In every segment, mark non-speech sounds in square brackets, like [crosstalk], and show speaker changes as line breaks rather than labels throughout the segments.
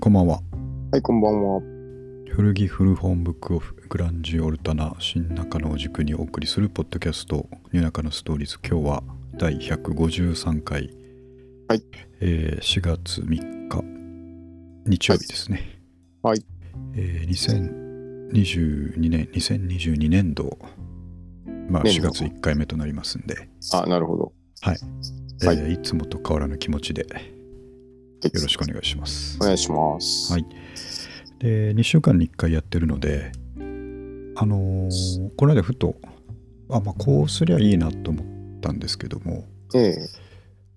こんばんは。
はい、こんばんは。
古着古本ブックオフグランジオルタナ新中野を軸にお送りするポッドキャスト「ニューナカのストーリーズ」今日は第153回、
はい
えー4月3日日曜日ですね
はいはい
えー2022年2022年度まあ
年
4
度
月1回目となりますんで、
あ、なるほど。
えー、
はい
つもと変わらぬ気持ちで
よ
よろしくお
願い
願いします
お願いします。
はいで2週間に1回やってるのであのーこの間ふとあ、まあ、こうすりゃいいなと思ったんですけども
ええ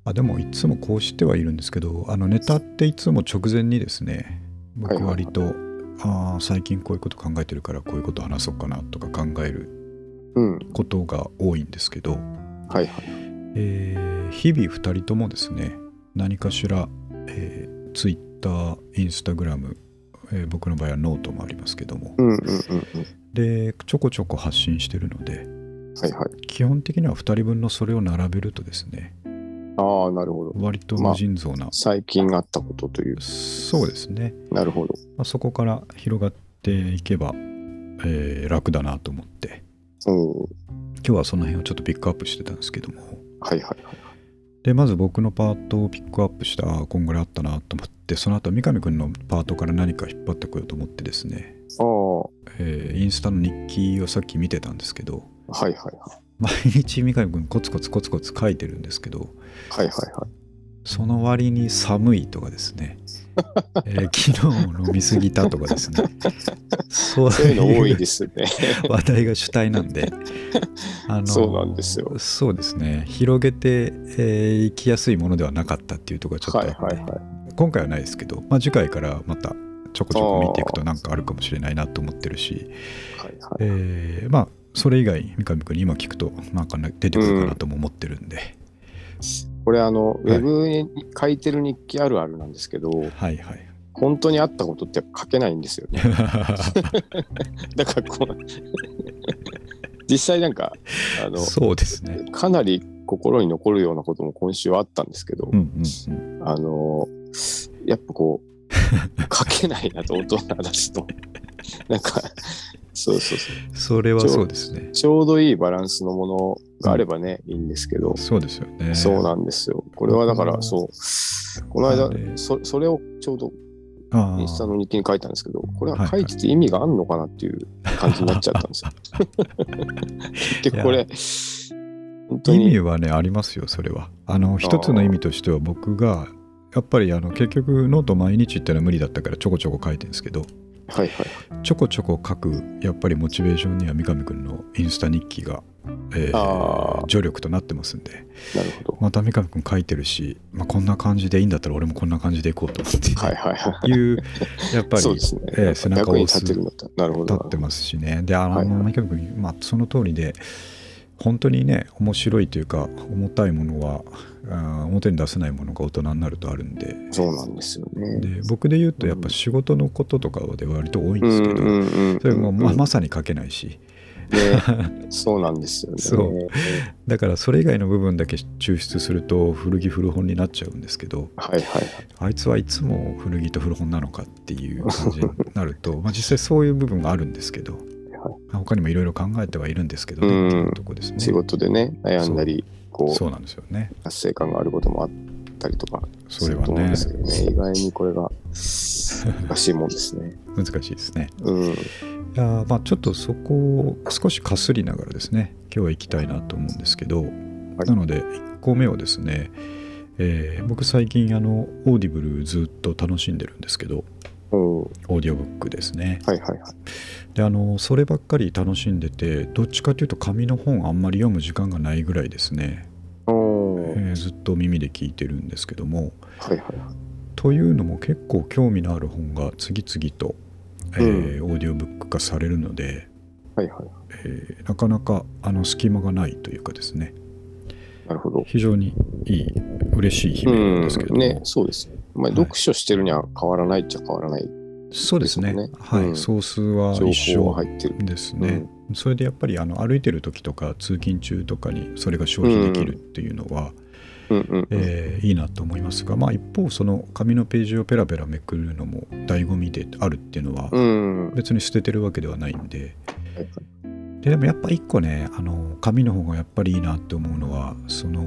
あでもいつもこうしてはいるんですけどあのネタっていつも直前にですね僕
はいはいはい
割と、あー最近こういうこと考えてるからこういうこと話そうかなとか考える
うん。
ことが多いんですけど、
はいはい。
えー日々2人ともですね何かしら、えー、Twitter、Instagram、えー僕の場合はノートもありますけども、
うんうんうんうん。
でちょこちょこ発信してるので
はいはい。
基本的には2人分のそれを並べるとですね
ああ、なるほど。
割と無尽蔵な、
最近あったことという。
そうですね、
なるほど。
まあ、そこから広がっていけば、えー楽だなと思って
うん。
今日はその辺をちょっとピックアップしてたんですけども
はいはいはい。
でまず僕のパートをピックアップしたあーこんぐらいあったなと思ってその後三上君のパートから何か引っ張ってこようと思ってですね、
ああ、は
えーインスタの日記をさっき見てたんですけど
いはいはい。
毎日三上君コツコツコツコツ書いてるんですけど
はいはいはい。
その割に寒いとかです
[laughs]
ね、えー昨日飲みすぎたとかですね、そう
そういうの多
い
いうですね。
話題が主体なん
[laughs]
で、あの
そうなんですよ
そうですね、広げてい、えー行きやすいものではなかったっていうと [laughs] ころがちょっと
は
あ
い
って、
はいはい。
今回はないですけど、まあ、次回からまたちょこちょこ見ていくと
あー
なんかあるかもしれないなと思ってるし、
はいはい。
えーまあ、それ以外、三上君に今聞くと、なんかね出てくるかなとも思ってるんで、
これあの、ウェブに書いてる日記あるあるなんですけど、
はいはい。 [laughs]
本当にあったことって書けないんですよね。だからこう、実際なんか、あの、
そうですね。
かなり心に残るようなことも今週はあったんですけど、
うんうんうん
あのやっぱこ
[laughs]
う書けないなと大人だしとなんかそうそうそう
それはそうですね。
ちょうどいいバランスのものがあればね、いいんですけど、
そうですよね。
そう
だ。
なんですよこれはだか
う
ら
ん
そうこの間
あれ
そそれをちょうど
あ
インスタ
ー
の日記に書いたんですけどこれは書いてて意味があんのかなっていう感じになっちゃったん
[laughs]
ですよ。結局これ本当
意
に
味はね、ありますよ、それは。あの、一つの意味としては僕が、やっぱりあの結局ノート毎日ってのは無理だったからちょこちょこ書いてるんですけど
はいはい
ちょこちょこ書くやっぱりモチベーションには三上くんのインスタ日記が、えー
あー
助力となってますんで
なるほど。
また三上くん [laughs] 書いてるし、まあ、こんな感じでいいんだったら俺もこんな感じでいこうと思ってい
はいはいはい。
う、やっぱり
そうですね。
ええ背中を
役に
押す
立てるんだったら。なるほど
立
なる
っ
ほ
て
ど。
ますしねであの、
はいは
三
い
上君、まあ、その通りで本当にね面白いというか重たいものはあー表に出せないものが大人になるとあるんで
そうなんですよね。
で僕で言うと
うん
やっぱ仕事のこととかで割と多いん
う
です
ん
けど、
うんうん。
それもま
うん
まさに書けないし
ねそうなんですよね。
そうだからそれ以外の部分だけ抽出すると古着古本になっちゃうんですけど
はいはい。
あいつはいつも古着と古本なのかっていう感じになると [laughs] まあ実際そういう部分があるんですけど、まあ他にもいろいろ考えてはいるんですけどね、
うん
っていうとこですね。
仕事でね、悩んだり、こう、
そうなんですよね。
達成感があることもあったりとか、
それは
すると思うん
ね
ですけどね。意外にこれが難しいもんですね。
難しいですね。
うん。
いやーまあちょっとそこを少しかすりながらですね今日は行きたいなと思うんですけど、
い
なので1個目をですね、えー僕最近あのオーディブルずっと楽しんでるんですけど
うんは
オーディオブックですね
いはいはい。
であのそればっかり楽しんでてどっちかというと紙の本あんまり読む時間がないぐらいですね、
お
え
ー
ーずっと耳で聞いてるんですけども
はいはいはい。
というのも結構興味のある本が次々と、えーオーディオブック化されるので、
はいはい。
えーなかなかあの隙間がないというかですね
なるほど。
非常にいい嬉しい悲鳴なんですけれども、
ね、そうですね。まあ、
はい
読書してるには変わらないっちゃ変わらない
そうですね
ですね
はい、
うん
総数は一
情報が
緒
入ってる。
ですね、それでやっぱりあの歩いてる時とか通勤中とかにそれが消費できるっていうのは、
ううんうんうん。
えーいいなと思いますが、まあ、一方その紙のページをペラペラめくるのも醍醐味であるっていうのは
うん。はい
別に捨ててるわけではないんで
はい
ででもやっぱ一個ねあの紙の方がやっぱりいいなって思うのはその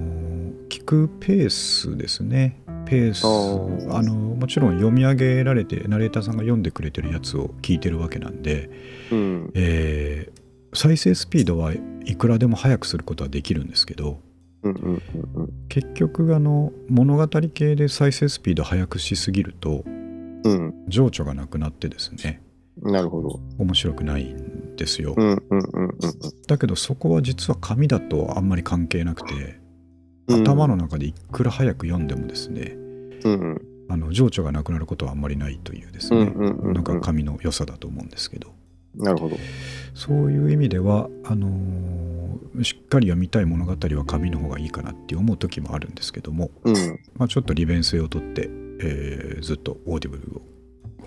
聞くペースですねペース
あー
あのもちろん読み上げられてナレーターさんが読んでくれてるやつを聞いてるわけなんで、
うん。
えー再生スピードはいくらでも速くすることはできるんですけど
うんうんうん
結局あの物語系で再生スピード速くしすぎると
うん。うん
情緒がなくなってですね
なるほど。
面白くないんですよ、
うんうんうんうん
だけどそこは実は紙だとあんまり関係なくて
うん。
頭の中でいくら早く読んでもですね
うん
あの情緒がなくなることはあんまりないというです
うんう
ね
んうんうん。
なんか紙の良さだと思うんですけど
なるほど。
そういう意味ではあのーしっかり読みたい物語は紙の方がいいかなって思う時もあるんですけども
うん。
まあ、ちょっと利便性をとって、えーずっとオーディブルを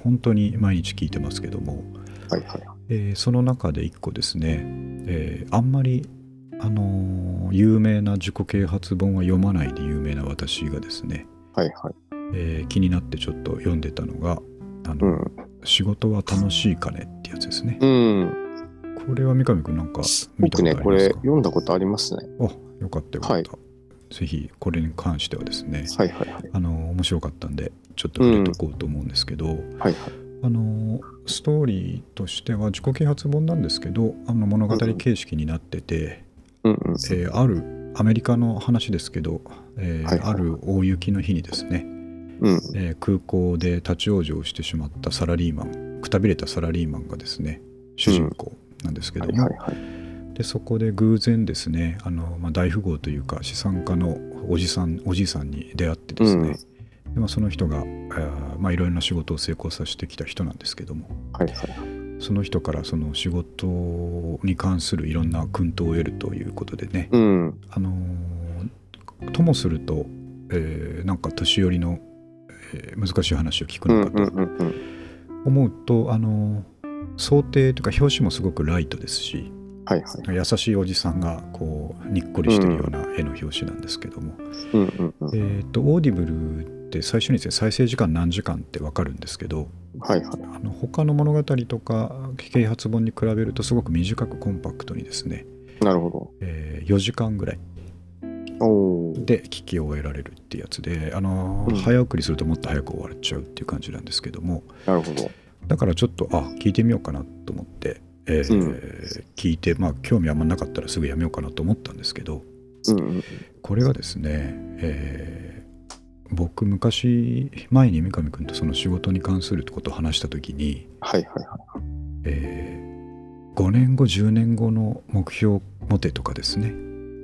本当に毎日聞いてますけども、
はいはい。
えーその中で一個ですね、えーあんまり、あのー有名な自己啓発本は読まないで有名な私がですね、
はいはい。
えー気になってちょっと読んでたのがあ
う
の、
ん。
仕事は楽しいかね」ってやつですね。
うん。
これは三上くんなんか見たことあ
僕ね、
りますか
これ読んだことありますね。
あよかったよかった。ぜひこれに関してはですね、
はいはいはい。
あのー面白かったんでちょっと触れとこうと思うんですけど、
はいはい。
あのストーリーとしては自己啓発本なんですけどあの物語形式になってて、
うんうん。
えーあるアメリカの話ですけど、えー
はいは
あ
い
る大雪の日にですね、
うん。
えー空港で立ち往生してしまったサラリーマンくたびれたサラリーマンがですね主人公なんですけ
は
ど
い
も、
はいはい。
でそこで偶然ですねあの、まあ、大富豪というか資産家のおじさんおじいさんに出会ってですね、でまあ、その人があーまあいろいろな仕事を成功させてきた人なんですけども
はいはい。
その人からその仕事に関するいろんな薫陶を得るということでね、
うん。
あのーともすると、えーなんか年寄りの、えー難しい話を聞く
うん
の
うん
かと
うんうん。
思うと、あのー想定というか表紙もすごくライトですし
はいはい。
優しいおじさんがこうにっこりしてるような絵の表紙なんですけども、
うんうんうん。
えー、とオーディブルって最初にですね再生時間何時間って分かるんですけど、
はいはい。
あの他の物語とか啓発本に比べるとすごく短くコンパクトにですね、
なるほ
えー4時間ぐらい
ど。おお。
で聞き終えられるってやつで、あのー
うん
早送りするともっと早く終わっちゃうっていう感じなんですけども
なるほど。
だからちょっとあ聞いてみようかなと思って、えー
うん
聞いてまあ興味あんまなかったらすぐやめようかなと思ったんですけど
うんうん。
これがですね、えー僕昔前に三上君とその仕事に関することを話した時に、
はいはいは
えー5年後10年後の目標持てとかですね
い。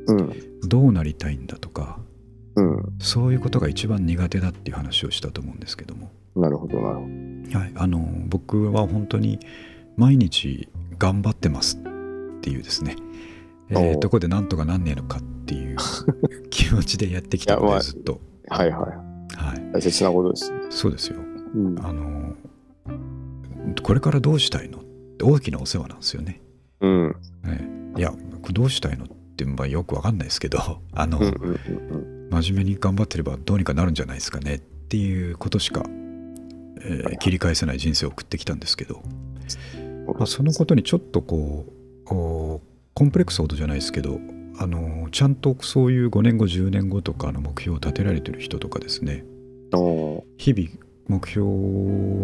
うん。
どうなりたいんだとか
うん。
そういうことが一番苦手だっていう話をしたと思うんですけども、
なるほどなるほ
はい、あの僕は本当に毎日頑張ってますっていうですね、えー
おう
どこでなんとかなんねえのかっていう気持ちでやってきた
いや
の
ま
で
あ
ずっと、
ど。はいはい。
はい、
大切なことですね。
そうですよ
うん。
あのこれからどうしたいのって大きなお世話なんですよね
うん。
ねいやこれどうしたいのってまあよくわかんないですけど [laughs] あの、
うんうんうん
真面目に頑張ってればどうにかなるんじゃないですかねっていうことしか、えー
はいはい
切り返せない人生を送ってきたんですけど、
うん。
まあ、そのことにちょっとこうおーコンプレックスほどじゃないですけどあのーちゃんとそういう5年後10年後とかの目標を立てられてる人とかですね
おー
日々目標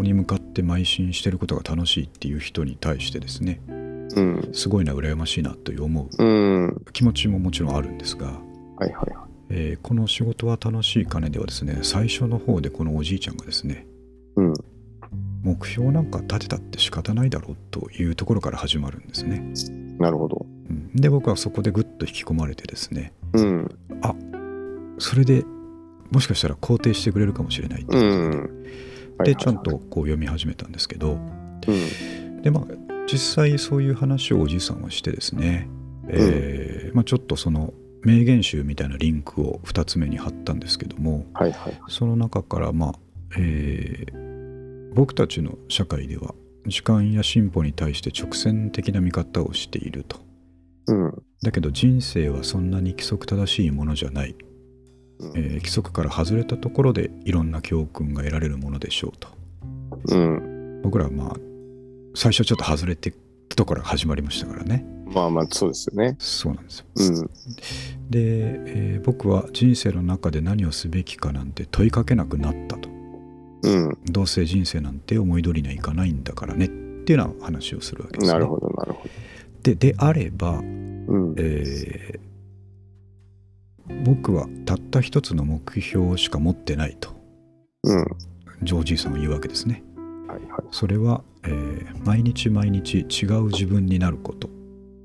に向かって邁進してることが楽しいっていう人に対してですね
うん。
すごいな羨ましいなという思う
うん。
気持ちももちろんあるんですが、
はいはいはい。
えーこの仕事は楽しい金ではですね最初の方でこのおじいちゃんがですね
うん。
目標なんか立てたって仕方ないだろうというところから始まるんですね、
なるほど。
うんで僕はそこでぐっと引き込まれてですね
うん。
それでもしかしたら肯定してくれるかもしれないって
う
いうことで,、
ん。はいはいはい
ちゃんと。こう読み始めたんですけど
うん。
でまあ実際そういう話をおじいさんはしてですね、えーまあ、ちょっとその名言集みたいなリンクを2つ目に貼ったんですけども、
はいはい。
その中から、まあえー僕たちの社会では時間や進歩に対して直線的な見方をしていると
うん。
だけど人生はそんなに規則正しいものじゃない
うん
えー規則から外れたところでいろんな教訓が得られるものでしょうと
うん。
僕らはまあ最初ちょっと外れてたところから始まりましたからね
まあまあ、そうですよね。
そうなんですよ、
うん。
で、えー僕は人生の中で何をすべきかなんて問いかけなくなったと
うん。
どうせ人生なんて思い通りにはいかないんだからねっていうような話をするわけです、ね、
なるほど、なるほ
でであれば、
ど。うん。
えー僕はたった一つの目標しか持ってないと
うん。は
ジョージーさんは言うわけですね
いはい。
それは、えー毎日毎日違う自分になること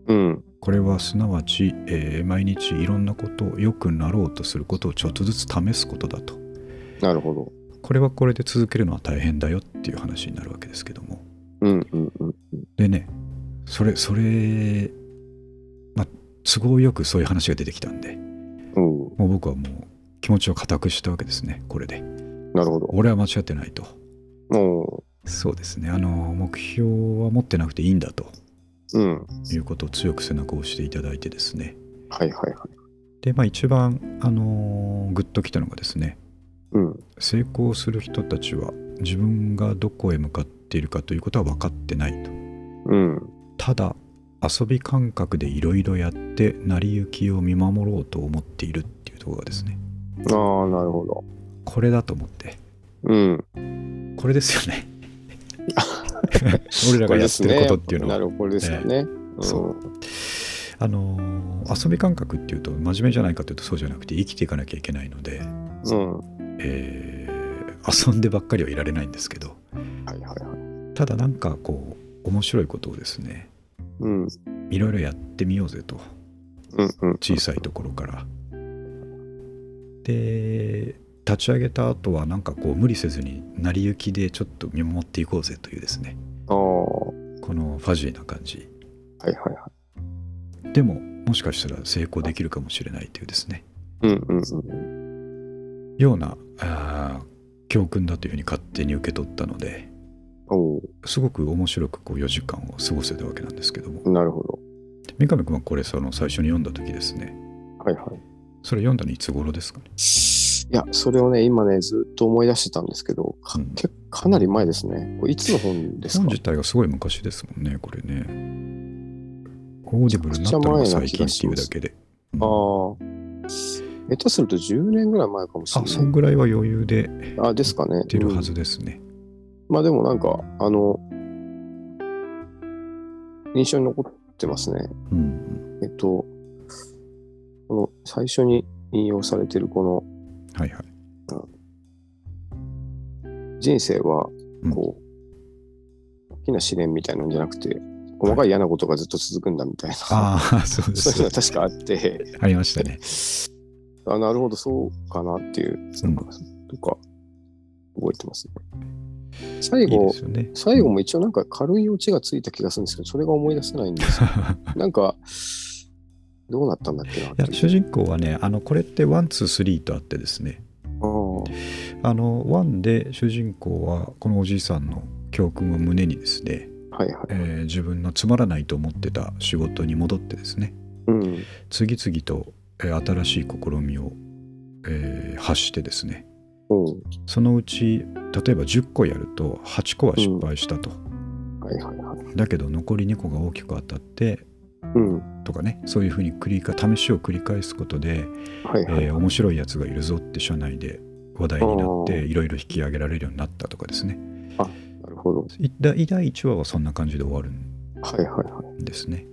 うん。
これはすなわち、えー毎日いろんなことを良くなろうとすることをちょっとずつ試すことだと
なるほど。
これはこれで続けるのは大変だよっていう話になるわけですけども
うんうんうん。
でねそれそれまあ都合よくそういう話が出てきたんで
うん。
もう僕はもう気持ちを固くしたわけですねこれで
なるほど。
俺は間違ってないと
も
そうですねあの目標は持ってなくていいんだと
う、うん。
いうことを強く背中を押していただいてですね
はいはいはい。
でまあ一番あのーグッときたのがですね
うん。
成功する人たちは自分がどこへ向かっているかということは分かってないと
うん。
ただ遊び感覚でいろいろやって成り行きを見守ろうと思っているっていうところがですね
ああ、なるほど。
これだと思って
うん。
これですよ [laughs] ね俺らがやってることっていうの
な
は、
るほど、これですよね。うん
そうあのー遊び感覚っていうと真面目じゃないかというとそうじゃなくて生きていかなきゃいけないので、
うん。は
えー遊んでばっかりはいられないんですけど
いはいはい。
ただなんかこう面白いことをですね
うん。
いろいろやってみようぜと
うんうん。
小さいところから。で立ち上げた後はなんかこう無理せずに成り行きでちょっと見守っていこうぜというですね
ああ。は
このファジーな感じ
いはいは
でももしかしたら成功できるかもしれないというですね
い。うんうんうん。
ようなあー教訓だというふうに勝手に受け取ったので
お
すごく面白くこう4時間を過ごせたわけなんですけども
お、なるほど。
三上君はこれその最初に読んだ時ですね
はいはい。
それ読んだのいつ頃ですかね
いや、それをね、今ね、ずっと思い出してたんですけど、か
うん
けかなり前ですね。これいつの本です
本
か
自体がすごい昔ですもんねこれねオーディブルになったのが最近っていうだけでうんあ
ああ。下手すると10年ぐらい前かもしれ
そ
なんい。
ぐらいは余裕で
あですかね。
出る
うん
はずですね、
まあでもなんか、あの、印象に残ってますね。
うん
えっと、この最初に引用されてるこの
はいはい
人生は
うん、
こう、大きな試練みたいなんじゃなくて、細かい嫌なことがずっと続くんだみたいな、
ああそうで
[laughs] そういうの
す
は確かあって、
ありましたね
あなるほど、そうかなっていう、
うん
とか、覚えてますね。最
いい
後、
ですよね [laughs]
最後も一応なんか軽いオチがついた気がするんですけど、それが思い出せないんです
[laughs]
よなんか、どうなったんだっけなっ
い
て
や
いう。
主人公はねあのこれってワンツースリーとあってですね
あー
あのワンで主人公はこのおじいさんの教訓を胸にですね、
はいはい
え。ー自分のつまらないと思ってた仕事に戻ってですね
うん。
次々と、えー新しい試みを、えー発してですね
うん。
そのうち例えば10個やると8個は失敗したと、
はいはいはい。
だけど残り2個が大きく当たって
うん。
とかねそういうふうに繰り返試しを繰り返すことで、
はい
え
はい。
ー面白いやつがいるぞって社内で話題になって
あー
いろいろ引き上げられるようになったとかですね
なるほど。
い第1話はそんな感じで終わるん
はいはいはい。
ですね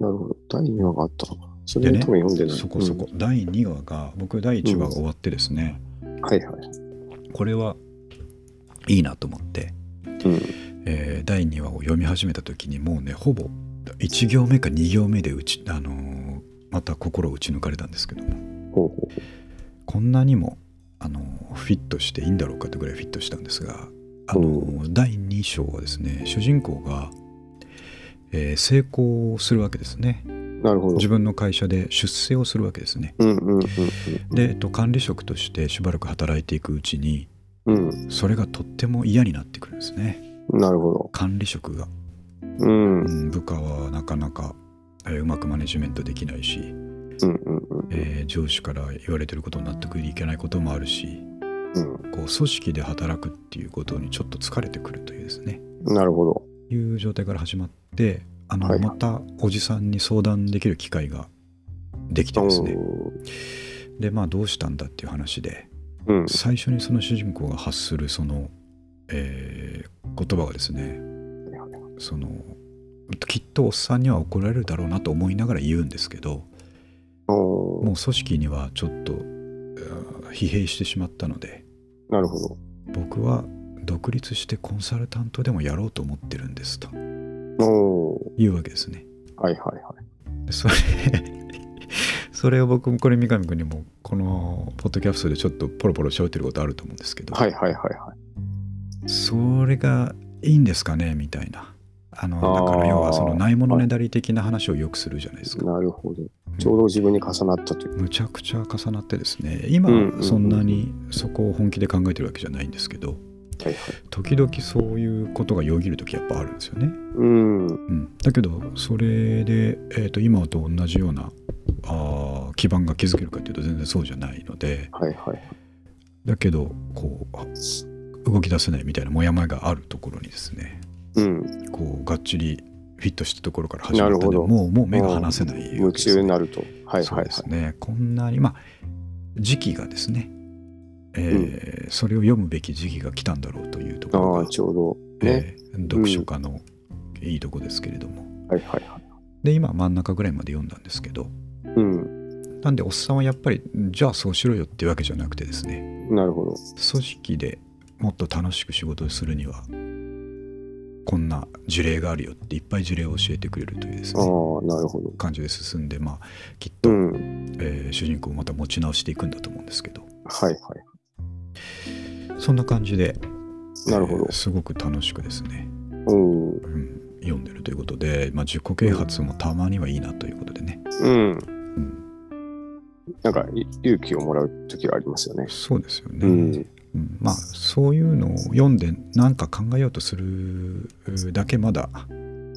なるほど。第2話があったのかな。そ
で
れ
ね
に多分読んでない。
そこそこ、第2話が僕第1話が終わってですね、
うん。はいはい。
これはいいなと思って、
うん。
えー第2話を読み始めた時にもうねほぼ1行目か2行目でうち、あのーまた心を打ち抜かれたんですけども
ほうほ
こんなにも、あのーフィットしていいんだろうかとぐらいフィットしたんですが、あのー第2章はですね主人公が、えー成功するわけですね
う。なるほど
自。分の会社で出世をするわけですね
うんうんうん
で、えっと、管理職としてしばらく働いていくうちに
うん。
それがとっても嫌になってくるんですね
うん。なるほ
管理職が
ど。うん。
うん部下はなかなか、えーうまくマネジメントできないし
うんうんうん
えー上司から言われてることに納得いけないこともあるし
うん
こう組織で働くっていうことにちょっと疲れてくるというですね
なるほど
いう状態から始まってあの、
はい
またおじさんに相談できる機会ができてですねでまあどうしたんだっていう話で
うんうん
最初にその主人公が発するその、えー言葉がですねそのきっとおっさんには怒られるだろうなと思いながら言うんですけど
おー
もう組織にはちょっとあー疲弊してしまったので
なるほど
僕は独立してコンサルタントでもやろうと思ってるんですと
おー
いうわけですね。
はいはいは
でそれ [laughs] それを僕もこれ三上君にもこのポッドキャストでちょっとポロポロ喋ってることあると思うんですけど、
いはいはいはいはい
それがいいんですかねみたいなあの
あー
だから要はそのないものねだり的な話をよくするじゃないですか、
なるほどちょうど自分に重なったという
むちゃくちゃ重なってですね
うんうんう
今
ん
そんなにそこを本気で考えてるわけじゃないんですけど
はいはい
時々そういうことがよぎる時やっぱあるんですよね、
うん
うん、だけどそれで、えー、と今と同じようなあー基盤が築けるかというと全然そうじゃないので
はいはい
だけどこうあ動き出せないみたいなモヤモヤがあるところにですね
うん
こうがっちりフィットしたところから始まった
なる
の
ほ
で
ど
もうもう目が離せないわ
夢
けです
中
ね
になるとはい
そ
は
う
い
ですねこんなにまあ時期がですね、えーそれを読むべき時期が来たんだろうというところ
はいあ
が
あ、ちょうどね
えー読書家のいいとこですけれども、
はいはいはい
で今真ん中ぐらいまで読んだんですけど
うん
なんでおっさんはやっぱりじゃあそうしろよっていうわけじゃなくてですね
なるほど
組織でもっと楽しく仕事をするにはこんな事例があるよっていっぱい事例を教えてくれるというです
あ
ね
あなるほど
感じで進んでまあきっ
う
と、
んはい
えー主人公をまた持ち直していくんだと思うんですけど
はい
そんな感じで
なるほど
えーすごく楽しくですね、
うんう
うん、読んでるということで、まあ、自己啓発もたまにはいいなということでね、
ん
うん、
なんかい勇気をもらう時がありますよね
そうですよね、
うん
うんまあそういうのを読んで何か考えようとするだけまだ
うん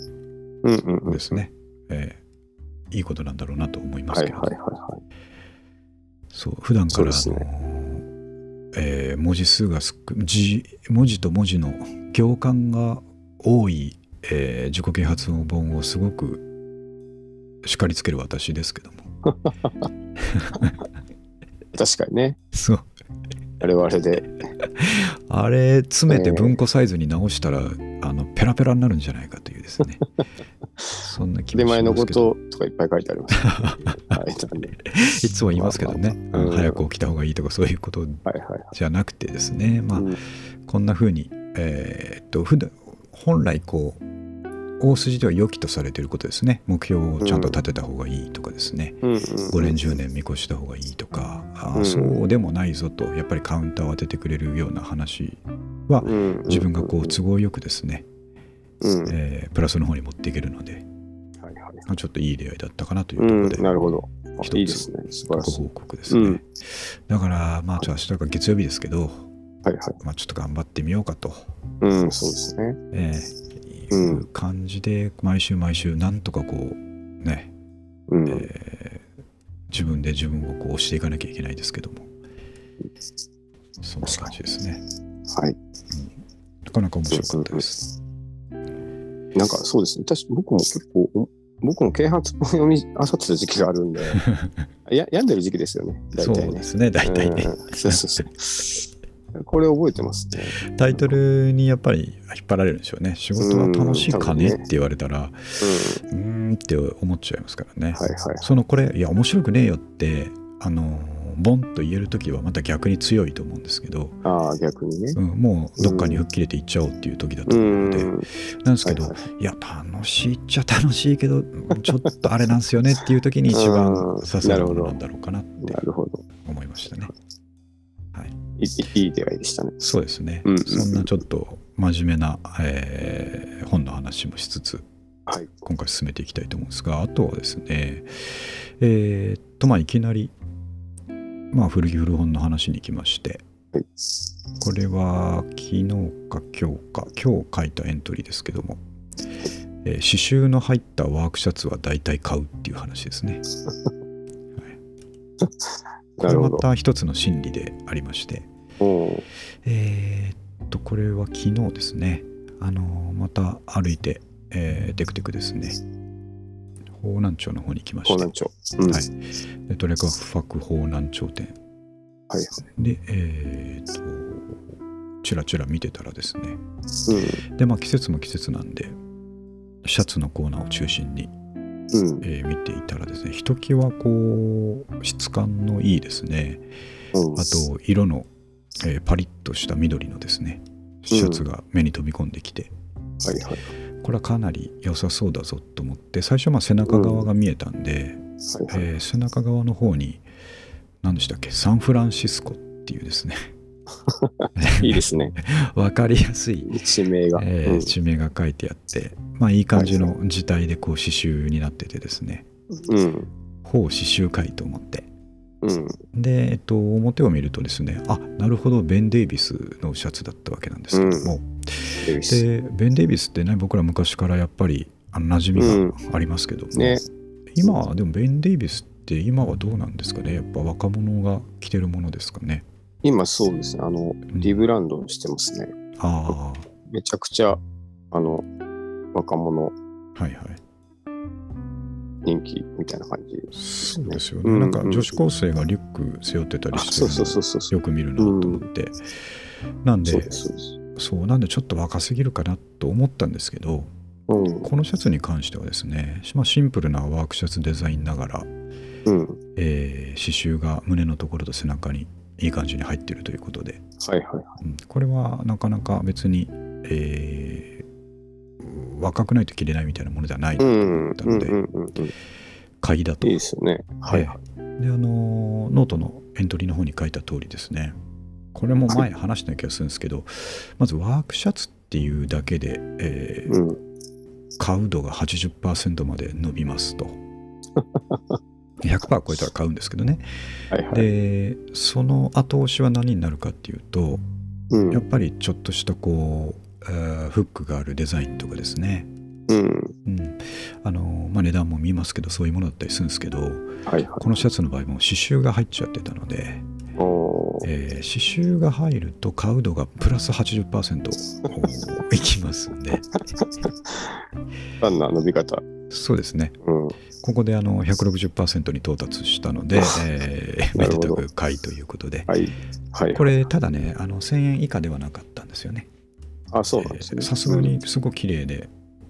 うんうん
ですね、えーいいことなんだろうなと思いま
は
す
い
け
はい
ど、
はいは
そう普段から、
そうですね
あのえー文字数が少字文字と文字の行間が多い、えー自己啓発本をすごく叱りつける私ですけども
い確かにね
そう
我々で
あれ詰めて文庫サイズに直したら、あのペラペラになるんじゃないかというです
[laughs]
ねそんな気
切れ
も
前
し
の
ま
こ
すけど
ととかいっぱい書いてあります [laughs] はいなんで
[laughs] いつも言いますけどね、
まあまあ
うん早く起きた方がいいとかそういうこと
はいはい
じゃなくてですねまあ、
うん
こんな風に、えーっと普段本来こう大筋では良きとされていることですね目標をちゃんと立てた方がいいとかですね、
うんうん
5年10年見越した方がいいとか、あー
うん
そうでもないぞとやっぱりカウンターを当ててくれるような話
うん
自分がこう都合よくですね、
うんはい
えープラスの方に持っていけるので
はい
まあちょっといい出会いだったかなという
う
ところ
ん
で、
なるほどあ
一つ
いいですね素晴
ご
らしい
報告ですね、
うん
だからまあちょっと明日が月曜日ですけど、
はいはい
まあ、ちょっと頑張ってみようかと。
うんそうですね
ええ
うん
いう感じで毎週毎週なんとかこうね、
うん
ええ自分で自分をこう押していかなきゃいけないですけどもそんな感じですね
はい
なかなか面白かったです
なんかそうですね、私僕も結構、お僕も啓発本読みあさってた時期がある
[laughs]
んで、や病んでる時期ですよね、大
そう
体
で
ね。
すね大体ね
うんそうそうそう。これ覚えてますね。
タイトルにやっぱり引っ張られるんでしょうね仕事は楽しいかね
う
っ
ん多分
て
ね
言われたらう
う
ーんって思っちゃいますからね、
ん。はいはい。
そのこれいや面白くねえよってあのボンと言える時はまた逆に強いと思うんですけど、
ああ、逆にね。
うん、もうどっかに吹っ切れていっちゃおうっていう時だと
う
思うので、
ん。
なんですけど、
はいいは
や楽しいっちゃ楽しいけどちょっとあれなんですよねっていう時に一番
[laughs] うん
刺さるも
なる
の
ほど
なんだろうかなって
なるほど。
思いましたね。
いいいい出会いでしたね。
そうですね、
うん
そんなちょっと真面目な、えー本の話もしつつ
はい。
今回進めていきたいと思うんですがあとはですねえーっとまあいきなり、まあ、古着古本の話に行きまして
はい。
これは昨日か今日か今日書いたエントリーですけども、えー刺繍の入ったワークシャツは大体買うっていう話ですねこれまた一つの真理でありまして、
うん
えーっと、これは昨日ですね、あのーまた歩いて、えーテクテクですね、方南町の方に来ま
方
して
南、町。うん
はいでトレカファク方南町店
はい。
で、えーっと、ちらちら見てたらですね、
う
で、まあ季節も季節なんで、シャツのコーナーを中心に、
ん。うん。
えー見ていたらですね、ひときわこう、質感のいいですね、
うん
あ、と色の、えーパリッとした緑のですね、シャツが目に飛び込んできて、
はいはい。
これはかなり良さそうだぞと思って、最初まあ背中側が見えたんで、
はいはい。
えー背中側の方に、何でしたっけ、サンフランシスコっていうですね、 [laughs]
いいですね。
わかりやすい、
地名が。
えー地名が書いてあって、まあいい感じの字体でこう刺繍になっててですね、
うん。うん
ほう刺繍会と思って。
うん。
で、えっと、表を見るとですね、あなるほど、ベン・デイビスのシャツだったわけなんですけども、
デイビス
でベン・デイビスってね僕ら昔からやっぱりあの馴染みがありますけども、
ね。
今はでもベン・デイビスって今はどうなんですかねやっぱ若者が着てるものですかね、
今そうですね。あの、
うん
リブランドしてますね。
あ
めちゃくちゃ、あの、若者
あはいはい
人気みたいな感じ。
そうですよね、
うん
なんか女子高生がリュック背負ってたり
あ、
して
そう
る
そう
の
そうそうそう。
よく見るなと思って、なんで
そうです、そうです。
そうなんでちょっと若すぎるかなと思ったんですけど
うん。
このシャツに関してはですね、まあ、シンプルなワークシャツデザインながら、
うん。
えー刺繍が胸のところと背中にいい感じに入ってるということで、
はいはい。
うんこれはなかなか別に、えー若くないと着れないみたいなものではない、
うん。うん
な
う
の
ん
で
うんうん。
鍵だと。
いいですよね。はいはい。
であのーノートのエントリーの方に書いた通りですねこれも前話した気がするんですけど、まずワークシャツっていうだけで、えー
うん。
買う度が80%まで伸びますと [laughs] 100%超えたら買うんですけどね
はいはい。
でその後押しは何になるかっていうと
うん
やっ。ぱりちょっとしたこう、えーフックがあるデザインとかですね、
うん。
うんあのまあ、値段も見ますけどそういうものだったりするんですけど
はいは
このシャツの場合も刺繍が入っちゃってたので、
い。おー。
えー刺繍が入ると買う度がプラス80%いきますん
[laughs]
で
ランナー伸び方。
そうですね
うん。
ここであの160%に到達したので、えー、
な
め
る
で
ほ
たく
ど
買いということで。
はい。はい。
これただねあの1000円以下ではなかったんですよね
あ、そうなんです
えー
ね。
さすがにすごく綺麗で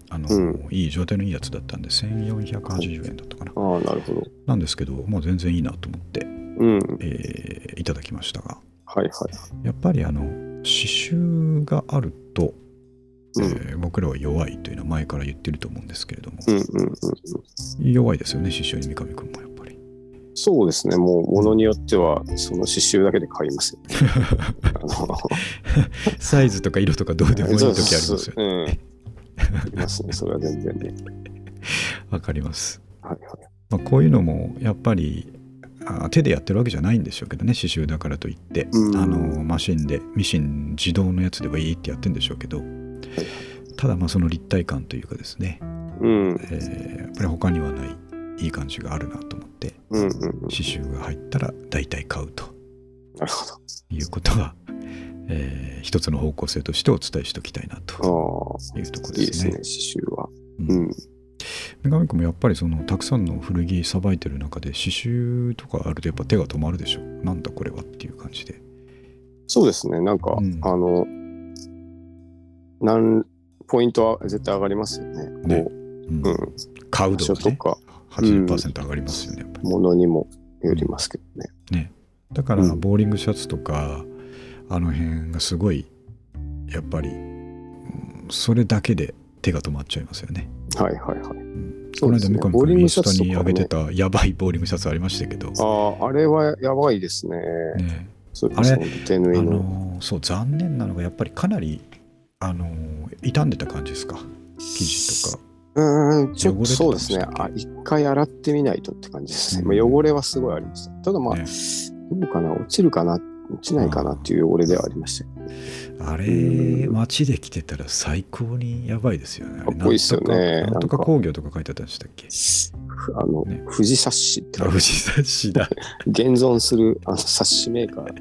あの、
う
いい状態のいいやつだったんで1480円だったかな、
うん。ああ、なるほど。
なんですけどもう全然いいなと思って、
うん。
えーいただきましたが
はいはい。
やっぱりあの刺繍があると、え
うん。
ー僕らは弱いというのは前から言ってると思うんですけれども、
うんうんうん、
弱いですよね刺繍に三上君もやっぱり
そうですね、もう、ものによっては、その刺繍だけで買います
[laughs]
よ。あの
サイズとか色とかどうでもいい時ありますよね
ね。うん。ありますね、それは全然ね。
わかります、
はいはい。
まあ、こういうのもやっぱりあー手でやってるわけじゃないんでしょうけどね刺繍だからといって、
うん
あのマシンでミシン自動のやつではいいってやってるんでしょうけどただまあその立体感というかですね、
うん、
えーやっぱり他にはないいい感じがあるなと思って
うん、うん。な
刺繍が入ったら大体買うと
るほ
いうことは、えー一つの方向性としてお伝えしておきたいなと
ど。あ
いうところ
あ、いい
で
ですす
ね
ね、。刺繍は。
うん
うん。
女神君もやっぱりそのたくさんの古着さばいてる中で刺繍とかあるとやっぱ手が止まるでしょなんだこれはっていう感じで
そうですね、なんか、
うん
あの、なん、ポイントは絶対上がりますよね。
ね
こ
うん
う、うん。
買う
場
度
所
が
と
ね
か、
80%上がりますよねやっぱり
ものにもよりますけどね。
だから
うん
ボーリングシャツとかあの辺がすごいやっぱりうんそれだけで手が止まっちゃいますよね
はいはいはい。
こ
そう
の
で
間
すね
三上
ボー
君が
リン
イン
グシャ
スタ
ツと
に
か
上げて
ね。
たやばいボーリングシャツありましたけど
ああ、あれはやばいですね。
ね
そうで
あれ
すね。手
あ
縫いの。
のーそう残念なのがやっぱりかなりあのー傷んでた感じですか生地とか
うーん、ちょっ
汚
と
れてた
そうですね
んでし。たっ
あ一回洗ってみないとって感じですね。
うん
まあ、汚れはすごいありました。ただまあ、
ね
どうかな、落ちるかな、落ちないかなっていう汚れではありましたよ。
あれ、
うん
街で着てたら最高にやばいですよね。あれ
かっこいいっすよね
なんとかなんとか
なんか
工業とか書いてあったんでしたっけ
ふあの、
ね
富士冊子って
あ、藤冊子
[laughs]
だ。
現存するあの冊子メーカー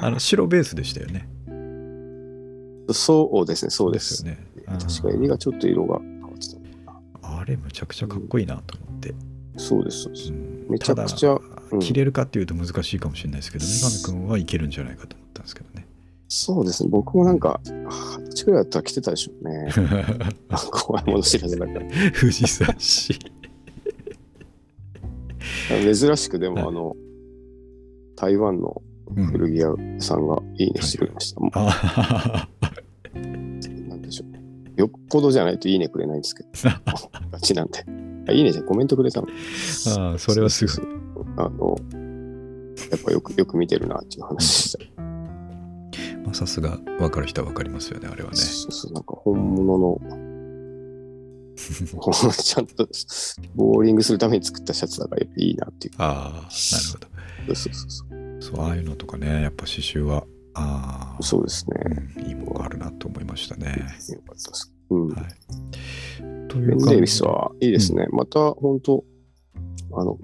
あの、白ベースでしたよね。
そうですねそうです
よね。
確か襟がちょっと色が変わってた
あーあれ、むちゃくちゃかっこいいなと思って。
そうですそうで
う
す
ん
めちゃくちゃ
ただ
うん
切れるかっていうと難しいかもしれないですけど、ね、三上君はいけるんじゃないかと思ったんですけどね。
そうですね僕もなんか二十歳ぐらいだったら着てたでしょう
[laughs]
ね怖いもの知らずだから
藤冊子。
珍しくで
はい
もあの、台湾の
うん、
古着屋さんがいいねしてくれました、も
あ
うなんでしょうよっぽどじゃないといいねくれないんですけどガチなんであいいねじゃんコメントくれたの
あ、それはすごい。
あのやっぱよくよく見てるなっていう話でした
まあさすが分かる人は分かりますよね、あれはね。
そうそうなんか本物
[laughs]
のちゃんとボーリングするために作ったシャツだからやっぱいいなっていう
ああ、なるほど。
そうそうそう
そう、ああいうのとかね、やっぱ刺繍は、ああ、
そうですね
うん、いいものがあるなと思いましたね。
よかったですうん
はい。とい
ベ
う感
ン・
じ
デイビスはいいですね、また本当あの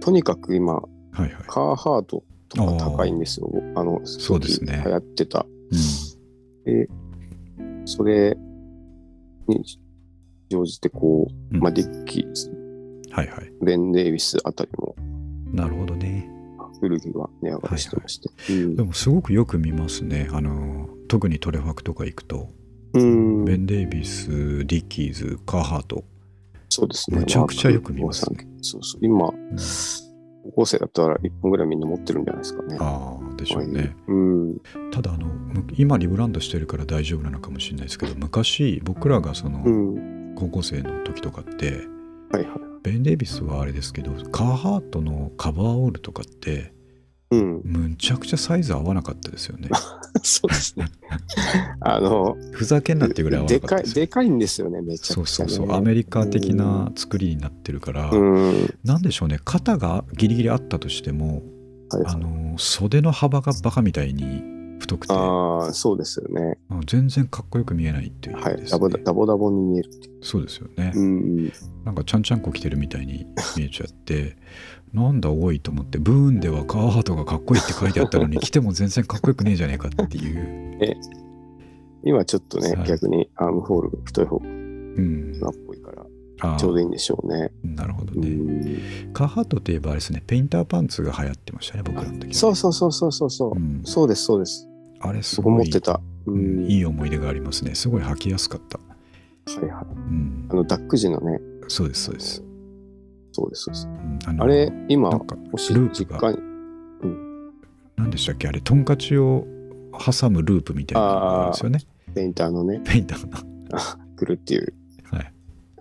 とにかく今
はいはい。
カーハートとか高いんですよあの
そうですね
時流行ってた
うん
それに乗じてこう、
うん
まあ、ディッキー
はいはい。
ベン・デイビスあたりも
なるほどね。
古着が値上がりしてまして、
でもすごくよく見ますね。あの、特にトレファクとか行くと、
うん、うん
ベン・デイビス、ディッキーズ、カーハート。
そうですね。
めちゃくちゃよく見ますね
まあそうそう。今、高校生だったら1本ぐらいみんな持ってるんじゃないですかね。
ああ、でしょうね。
うん。
ただ、あの、む今リブランドしてるから大丈夫なのかもしれないですけど、昔、僕らがその
う、ん。
高校生の時とかって、
はいはい。
ベン・デイビスはあれですけど、カーハートのカバーオールとかって、
うん。
むちゃくちゃサイズ合わなかったです
[laughs]
よね。
そうですね。あの、
ふざけんなってぐらい合わ
で
なかった
かい、
ですよ。
でかいんですよね、めちゃ
そ
く
う
ち
そ
ゃ、ね。
うそう、アメリカ的な作りになってるから、
うん。うん。
なんでしょうね、肩がギリギリあったとしても、
はいは
あ
い
の袖の幅がバカみたいに太くて、
ああ、そうですよね。
あの全然かっこよく見えないっていう、
はい。
です
ダボ
ね
ダボダボに見える。
そうですよね。
うん。
なんかちゃんちゃんこ着てるみたいに見えちゃって、なんだ多いと思って、ブーンではカーハートがかっこいいって書いてあった
[laughs]
のに、着ても全然かっこよくねえじゃねえかっていう。
今ちょっとね、
はい
逆にアームホール太い方が
うん。
今っぽいから、
あー
ちょうどいいんでしょうね。
なるほど
う
ね。
ん。
カーハートといえばあれですね、ペインターパンツが流行ってましたね、僕らの時はね、
そうそうそうそうそうそう
う。ん、
そうです、そうです。
あれす
僕持
ご
っ
い
てた。う
うん
ん。
いい思い出がありますね。すごい履きやすかった。
はいはい。
うん
あ、の、ダック時のね、
そうです、そうです。
そうです、そうです
う。んあの
あれ、今、
なん
も
か、
し
ループ
実
が
家に、
なんでしたっけ、あれ、トンカチを挟むループみたいなのがあるんですよね。
ペインターのね、
ペインターの。 [laughs]
くるっていう、
はい。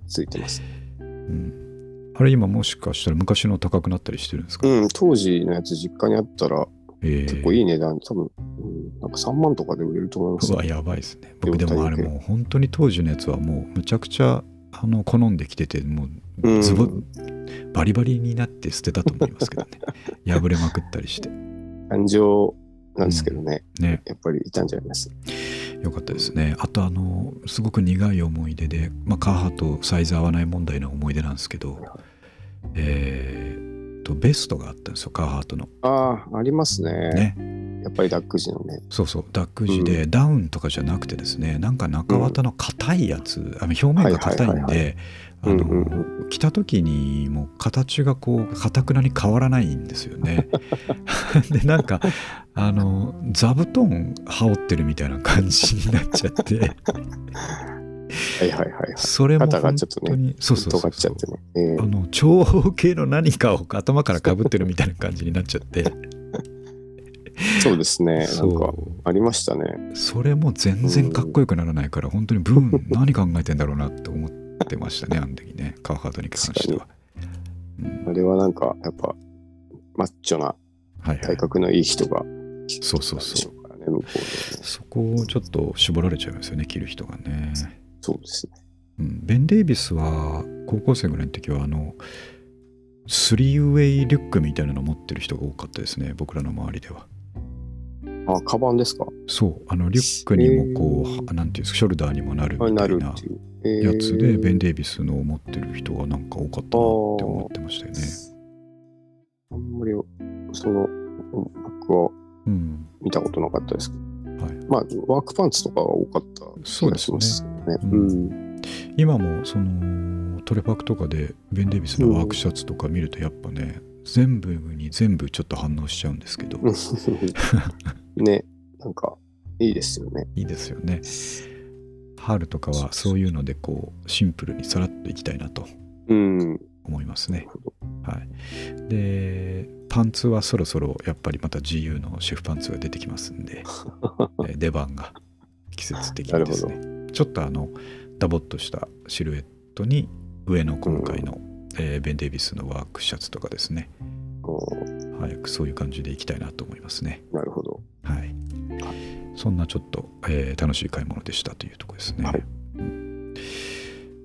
ついてます。
うん、あれ、今もしかしたら昔の高くなったりしてるんですか、
うん、当時のやつ実家にあったら、
えー
結構いい値段、多分、うん、なんか3万とかで売れると思います
う。わ、やばいですね。僕で
状
もあ
態
れ
で
もう本当に当時のやつはもうむちゃくちゃあの好んできてて、も
う
うんズボ、バリバリになって捨てたと思いますけど
[laughs]
ね。破れまくったりして。
感情なんですけどね、
ね、
やっぱりいたんじゃないですか。
よかったですね。あとあの、すごく苦い思い出で、まあ、カーハとサイズ合わない問題の思い出なんですけど、えーっと、ベストがあったんですよ、カーハートの。
ああ、ありますね。
ね。
やっぱりダック時のね。
そうそう、ダック地で、ダウンとかじゃなくてですね、なんか中綿の硬いやつ、あの表面が硬いん
はいはい
で、あ
うんうん
の、着た時にもう形がこう、かたくなに変わらないんですよね。 [laughs] で、なんか、あの、座布団羽織ってるみたいな感じになっちゃって、
はいはいはいはい。
それも
肩が
本
ちょっとね
当に、そうそうそうそう
尖っちゃってね。ええ
あの長方形の何かを頭からかぶってるみたいな感じになっちゃって、
[laughs] そうですね。な
そ
んか、
う
ありましたね。
それも全然かっこよくならないから本当にブーン何考えてんだろうなって思ってましたねあの時ねカーハートに関しては、うん
あれはなんか、やっぱ、マッチョな
はいは
体
い、
格のいい人が、。
そうそうそう
からね、向こうで、ね。
そこをちょっと絞られちゃいますよね着る人がね、
そうですね。
うん、ベン・デイビスは高校生ぐらいの時はあのスリーウェイリュックみたいなの持ってる人が多かったですね僕らの周りでは
あ、カバンですか
そう、あのリュックにもこう、はなんていうんですか、ショルダーにもなるみた
あ
いな。
なるっていう。え
やつで、ベン・
利
デイビスの持ってる人がなんか多かったなって思ってましたよね。
あんまり、その、僕は
うん、
見たことなかったですけど、
はい
まあ、ワークパンツとかは多かった気がしますね。
う今もそのトレパクとかでベン・デイビスのワークシャツとか見るとやっぱね、全部に全部ちょっと反応しちゃうんですけど、い
うんね、なんか、いいですよね。
いですよね。春とかはそういうのでこうシンプルにさらっといきたいなと
うん。
思います
な
ね
る。ほど
はい、でパンツはそろそろやっぱりまた GU のシェフパンツが出てきますんでえー出番が季節的にですねちょっとあのダボっとしたシルエットに上の今回の、えーベン・デイビスのワークシャツとかですね
おー
早くそういう感じでいきたいなと思いますね
なるほど。
はいそんなちょっと、えー楽しい買い物でしたというところですね、
はい
うん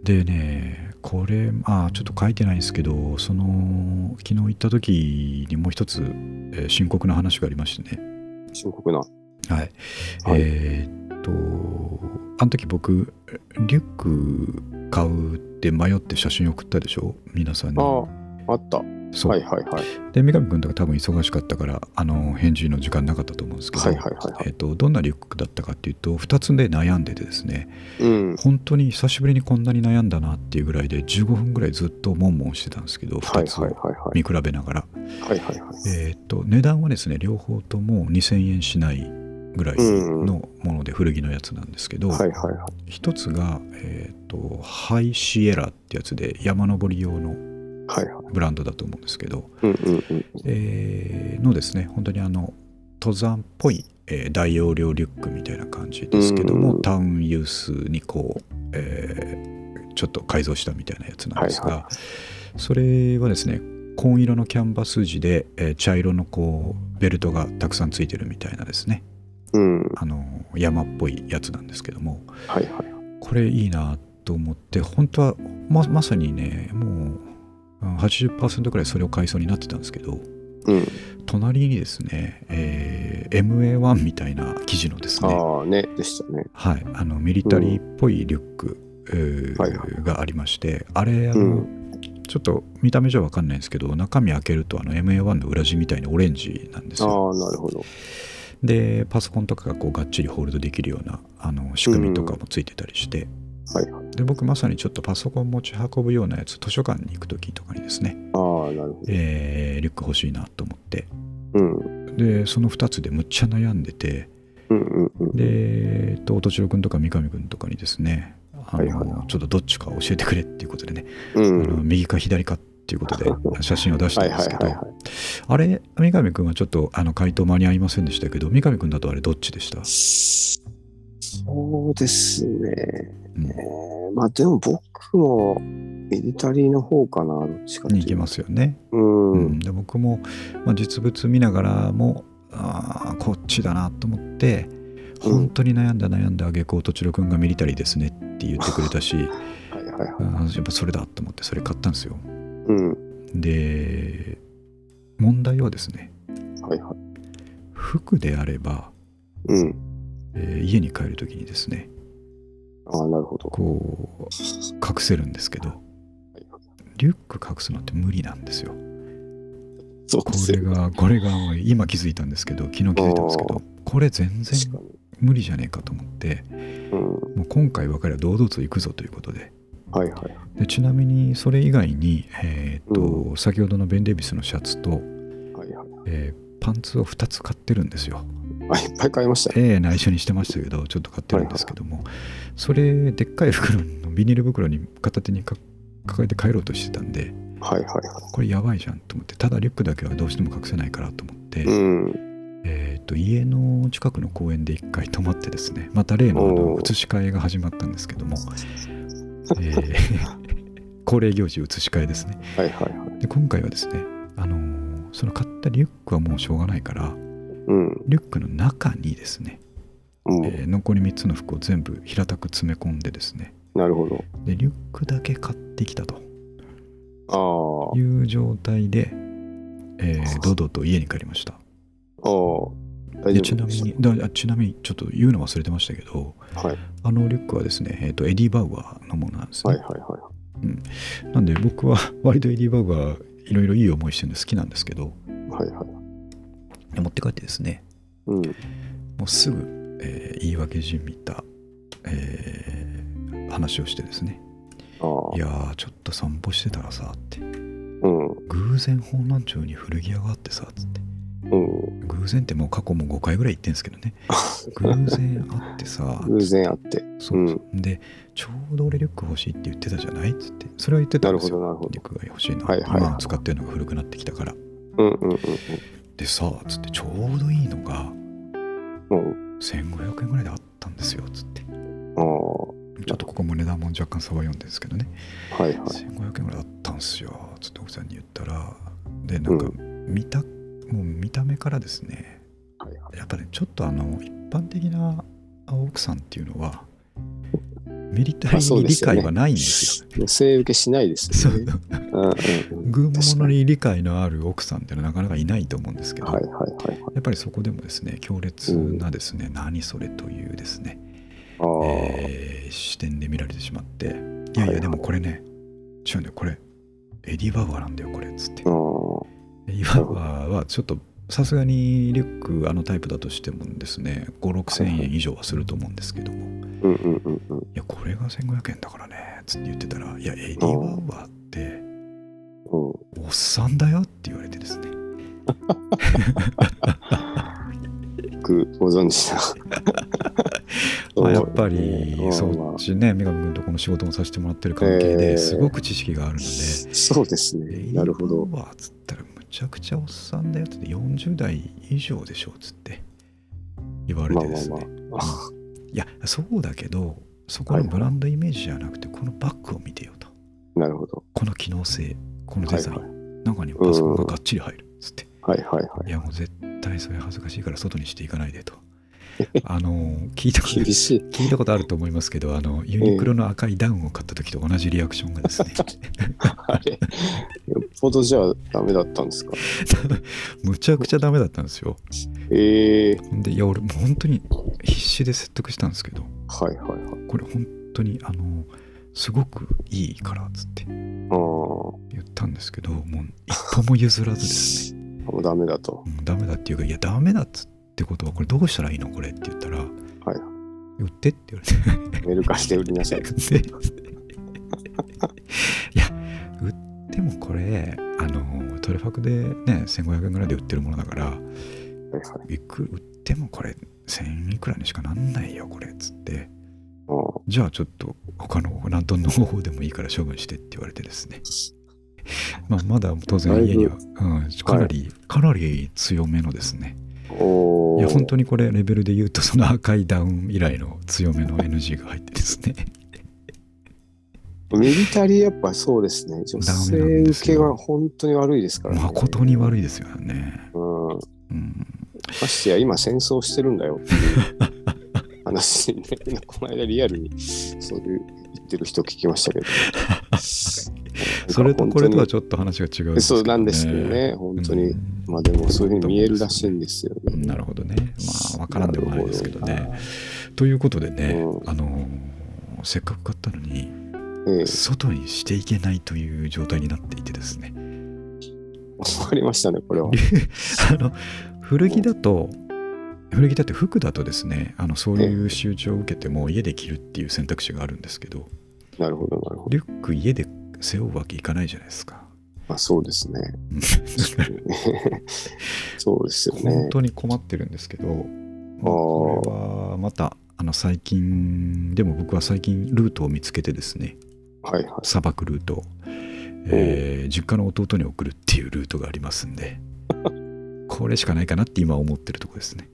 でねこれあーちょっと書いてないんですけどその昨日行った時にもう一つ、えー深刻な話がありましてね
深刻な。
はい、
はい
えーっとあの時僕リュック買うって迷って写真送ったでしょ皆さんに
ああ、あった。
そう、
はいはいはい。
で三上君とか多分忙しかったからあの返事の時間なかったと思うんですけど、
はいはいはいはい
えっとどんなリュックだったかっていうと2つで悩んでてですね
うん。
本当に久しぶりにこんなに悩んだなっていうぐらいで15分ぐらいずっとモンモンしてたんですけど
は
2
い
つ
はい
を
はいはい。
見比べながら、
はいはいはい。
えっと値段はですね両方とも2000円しないぐらいのもので古着のやつなんですけど、
はいはいはい。
一つが、えっとハイシエラってやつで山登り用の
はいはい。
ブランドだと思うんですけど、
うんうんうん。
えーのですね本当にあの登山っぽい、えー大容量リュックみたいな感じですけども、
うん
タウンユースにこう、えーちょっと改造したみたいなやつなんですが、
はいは
それはですね紺色のキャンバス地で、えー茶色のこうベルトがたくさんついてるみたいなですね
うん。
あの山っぽいやつなんですけども
はいはい。
これいいなと思って本当はままさにねもううん80%くらいそれを買いそうになってたんですけど、
うん。
隣にですね、えー MA1 みたいな生地のですね、
ああ、ね、でしたね。
はい、あのミリタリーっぽいリュック、えー
はいはい
がありましてあれあ
う
の、
ん。
ちょっと見た目じゃ分かんないんですけど中身開けるとあの MA1 の裏地みたいなオレンジなんです
ああ
よ、
なるほど。
でパソコンとかがこうがっちりホールドできるようなあの仕組みとかもついてたりして、
はいはい。
で僕まさにちょっとパソコン持ち運ぶようなやつ図書館に行く時とかにですね、
ああ、なるほど。
えーリュック欲しいなと思って
うん。
でその2つでむっちゃ悩んでて
うんうんうん。
で、えっと、音千代君とか三上君とかにですね、あの
はいはいは
ちょっとどっちか教えてくれっていうことでね、
う
あの
ん。
右か左かっていうこと
[laughs]
で写真を出した
は
ん
い
で
はい
すけ
はい
ど、
は
あれ、三上君はちょっとあの回答間に合いませんでしたけど、三上君だとあれどっちでした
い。そうですね。
うん
えーまあでも僕もミリタリーの方かな、どっちかって
に
い
行き
うと
ますよね。
うん。
うんで僕も、まあ、実物見ながらも、あーこっちだなと思って、
うん
本当に悩んだ悩んだ挙句音千代君がミリタリーですねって言ってくれたし、
はいはいはい
あ。ーやっぱそれだと思って、それ買ったんですよ。
うん。
で問題はですね
はいはい。
服であれば、
うん。
えー家に帰る時にですね
ああ、なるほど。
こう隠せるんですけどリュック隠すのって無理なんですよ
そう
こ
です
れ
ね。
がこれが今気づいたんですけど昨日気づいたんですけ
あ
どこれ全然
確か
無理じゃねえかと思って
に。うん。
もう今回ばかりは堂々と行くぞということで
はいはい。
でちなみにそれ以外に、えーっと
う
先ほどのベン・デイビスのシャツと、
はいはい。
えーパンツを2つ買ってるんですよ
あ、いっぱい買いましたね。
ええ内緒にしてましたけどちょっと買ってるんですけども、それでっかい袋のビニール袋に片手にか抱えて帰ろうとしてたんで
はいはいは
これやばいじゃんと思ってただリュックだけはどうしても隠せないからと思って、
い。うん。
えー、と家の近くの公園で一回泊まってですねまた例のあの
おー
移し替えが始まったんですけ
[laughs]
ども、えー恒例行事移し替えですね
はいはいはい。
で今回はですねあのーその買ったリュックはもうしょうがないから
うん。
リュックの中にですね
うん。
えー残り3つの服を全部平たく詰め込んでですね
なるほど。
でリュックだけ買ってきたと
ああ
いう状態で、えー、堂々と家に帰りました
ああ、大
で
丈
ちな
夫
み
です
にだあちなみにちょっと言うの忘れてましたけど
はい
あのリュックはですね、えー、とエディ・バウアーのものなんです
は
ね、
いはいは
なんで僕は [laughs] 割とエディ・バウアーいろいろいい思いしてるんで好きなんですけど
いはいはい。
持って帰ってですね
う
も
ん。
うすぐ、えー言い訳じみた、えー話をしてですね
ああ
い。やーちょっと散歩してたらさって
うん。
偶然方南町に古着屋があってさつって
うん。
偶然ってもう過去も5回ぐらい行ってんですけど
[laughs]
ね偶然あってさ
偶然あって。
そうそうでちょうど俺リュック欲しいって言ってたじゃないっつってそれは言ってた
なんる
です
ほ
よ
どなるほ
リュッ。
ど
クが欲しいな、
はいはい
今使ってるのが古くなってきたから
うんうん
でさつってちょうどいいのが
うんうん。
1500円ぐらいであったんですよつって
うん。
ち
ああ。
ょっとここも値段も若干差は読んでるんですけどね
はいはい。
1500円ぐらいあったんすよつって奥さんに言ったらでなんか見た、もう見た目からですね
はいは
やっぱねちょっとあの一般的な奥さんっていうのはミリタリ
あそ
ー
う
に
で
理
すよね
解はないんですよ。
性受けしないです
そう
よね。うんうんうん。
軍物に理解のある奥さんっていうのはなかなかいないと思うんですけど、
はいはいはいはい。
やっぱりそこでもですね強烈なですね、何それというですね、
ああ。
えー視点で見られてしまっていや
はい
い
は
や
い
でもこれね違うんだよこれエディ・バウアーなんだよこれっつって
あー
エディ・バウアーはちょっとさすがにリュックあのタイプだとしてもですね56000
はいは
円以上はすると思うんですけども
うんうんうんうん。
いやこれが1500円だからねつって言ってたらいやエディ・バウアーって
うん
おっさんだよって言われてですね
よくご存知だ。
[laughs] まあ、やっぱり
うん
そっちね三上君とこの仕事もさせてもらってる関係
え
で
え
すごく知識があるので、
そうですね。なるほど。
わっつったらむちゃくちゃおっさんだよっつって40代以上でしょっつって言われ
まあ
てで
ます
ね、
あまあ。
いやそうだけどそこのブランドイメージじゃなくてこのバッグを見てよと
なるほど。
この機能性このデザイン、
はい
中にパソコンががっちり入るっつって
はいはいはいい。
やもう絶対それ恥ずかしいから外にしていかない
[laughs]
でとあの聞いたこと [laughs]
厳しい。
聞いたことあると思いますけど、あのユニクロの赤いダウンを買った時と同じリアクションがですね、
あれ。よっぽどじゃあダメだったんですか。
[laughs] むちゃくちゃダメだったんですよ。
ええ
で、いや、俺、もう本当に必死で説得したんですけど、
はいはいはい。
これ、本当に、あの、すごくいいからっつって
ああ、も
言ったんですけど、もう一歩も譲らずですね、
うダメだと。
うんダメだっていうか、いや、ダメだっつってことは、これどうしたらいいのこれって言ったら、
はい。
売ってって言われて。
メルカリで売りなさい。
で [laughs] いや売ってもこれあのトレファクでね1500円ぐらいで売ってるものだから
はいはい。
いく売ってもこれ1000いくらにしかなんないよこれっつって
あー
じゃあちょっと他のなんとの方法でもいいから処分してって言われてですねまあまだ当然家には、うん、かなり、かなり強めのですね
お
いや本当
に。
にこれレベルで言うとその赤いダウン以来の強めの NG が入ってですね
ミリタリーやっぱそうですね。女性
ダメなんで
受
す
け
よ
は本当に悪いですからね。
誠に悪いですよね
うん。
うん、
ましてや今戦争してるんだよっていう話ねこの間リアルにそういう言ってる人聞き
[laughs]
ましたけど
それとこれとは
ち
ちょっと話が違う
ょ
ん
そうなんですけどね本当に、
うん
まあでもそういうふうに見えるらしいんですよね、
なるほどねまあわからんでもないですけど
なるほ
ねということでね、
う
あのーせっかく買ったのに
ええ
外にしていけないという状態になっていてですね [laughs]
わかりましたねこれは
あの古着だと古着だって服だとですねあのそういう集中を受けても家で着るっていう選択肢があるんですけど
なるほどなるほど
リュック家で背負うわけいかないじゃないですか。
まあそうで
[laughs]
すね
うん
そうですよね
本当に困ってるんですけど、まあ
あー
これはまたあの最近でも僕は最近ルートを見つけてですね
はいはい
砂漠ルートを、えー実家の弟に送るっていうルートがありますん
[laughs]
でこれしかないかなって今思ってるとこですね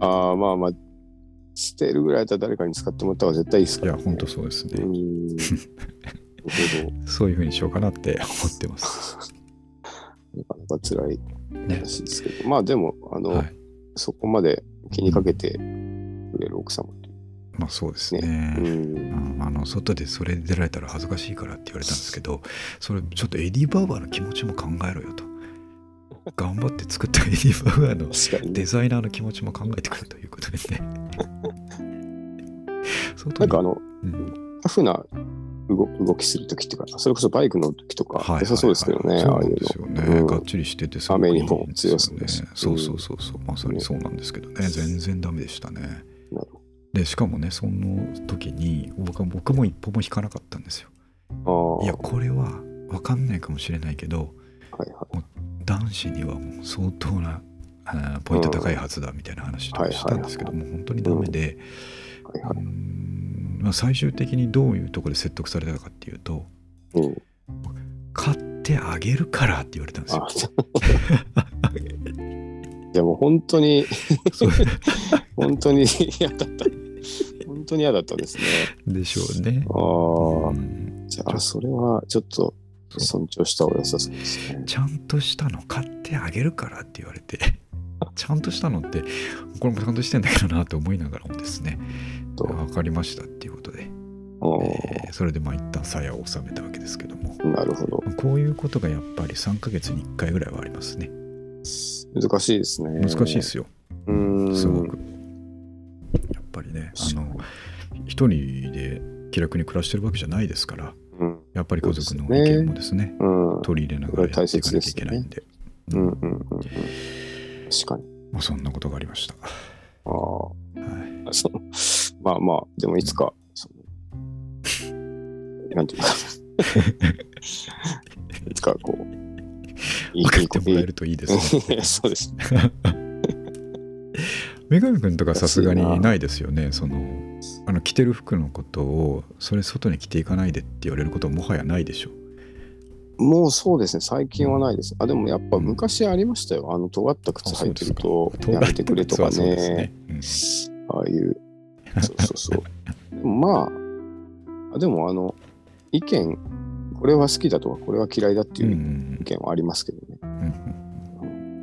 ああまあまあ捨てるぐらいだったら誰かに使ってもらった方が絶対いいです
い
から、
や
ね、
本当そうです
う
ね、 [laughs]
んなるほど
そういうふうにしようかなって思って
[laughs]
ます、
なかなか辛い
ね
話ですけど、まあでも、あの、
はい、
そこまで気にかけてくれる奥様って
まあそうですね
うん。
うんあの外でそれ出られたら恥ずかしいからって言われたんですけどそれちょっとエディ・バーバーの気持ちも考えろよと頑張って作ったエディ・バウアーの
確かにね
デザイナーの気持ちも考えてくるということ
[laughs]
ですね。相当
なん
に
かあの、
うん
タフな動動きするときっていうか、それこそバイクのときとか、
はい
良さそうですけどね、
はい
あ
は
あ
い
い
そううですよね、
の。うん
がっちりしててす
雨に
いいん
も
ですよ
強そうです
そうそうそうそう、まさにそうなんですけどね、全然ダメでしたね。
なるほ
で、しかもね、その時に僕は僕も一歩も引かなかったんですよ。
どああ
いや、これは分かんないかもしれないけど、
はいは
男子にはもう相当なあーポイント高いはずだみたいな話とかしたんですけど、もう本当にダメで、
いは
ー
いう
んまあ、最終的にどういうところで説得されたかっていうと、
い。うん、
買ってあげるからって言われたんですよ
あ。 [laughs] じゃあもう本当に、
[laughs] そう
本当に嫌だった。本当に嫌だったですね。
でしょうね。
[laughs]
う
ああ、
ん
じゃあそれはちょっと尊重した方が良さそうですね。
ちゃんとしたの買ってあげるからって言われて [laughs] ちゃんとしたのってこれもちゃんとしてんだけどなと思いながらもですね
と
分かりましたっていうことで、えーそれでまあ一旦鞘を収めたわけですけども
ああなるほど。
こういうことがやっぱり3ヶ月に1回ぐらいはありますね
難しいですね。
難しいで。すよ
うーん。
すごくやっぱりねあの一人で気楽に暮らしてるわけじゃないですから
うん。
やっぱり家族の
そう
意
ですね
見もですね
うん。
取り入れながらやっていかなきゃいけないんで
うんうんうんうん。確かに。
まあ、そんなことがありました。は
ああ。
い、
[laughs] そのまあまあ、でもいつか、そのなんていうか、 [laughs] いつかこう、いい
分かっ
こ
て
と
もらえるといいです
[laughs]
ね。
そうですね。
女神くんとかさすがにないですよ
[laughs]
ね。そのあの着てる服のことをそれ外に着ていかないでって言われることはもはやないでしょう。
もうそうですね、最近はないです。あ、でもやっぱ昔ありましたよ。あの、尖った靴履いてると、やめてくれとか
そうです
ね。。
うん
ああいう、そうそうそう。でもまああ、でもあの、意見、これは好きだとか、これは嫌いだって
うんう
いううん意見はありますけどね。
うんうん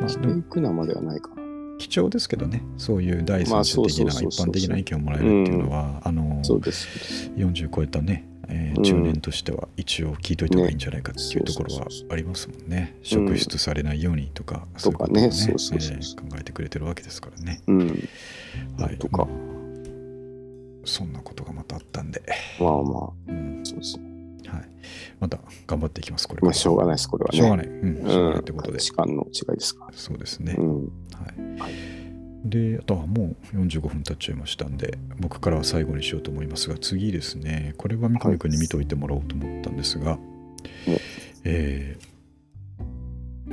まあ
着
で
て
も
いくなまではないかな。
貴重ですけどね、そういう第
ま
三
あ
者
そう
的
そう
な
そう
一
そう
般的な意見をもらえるっていうのは、あの
そうです。
40超えたね、えー
うん
中年としては一応聞いといた方がいいんじゃないかっていう
ね
ところは
そうそうそう
ありますもんね。
うん
職質されないようにとか、
とかね
そういうこと
そ
を
うそう
ね
そう
え
そ
ー考えてくれてるわけですからね。
うん。
はい、
と
ま
か
あそんなことがまたあったんで、
まあま
うん
あ、そうですね。
はい、また頑張っていきます、これから
まあ、しょうがないです、これはね。
しょうがない。うん、しょうがないってこと
うん、
で、
時間の違いですから。
そうですね。
うん。
は
はい
い。で、あとはもう45分経っちゃいましたんで、僕からは最後にしようと思いますが、次ですね、これは三上君に見といてもらおうと思ったんですが、えー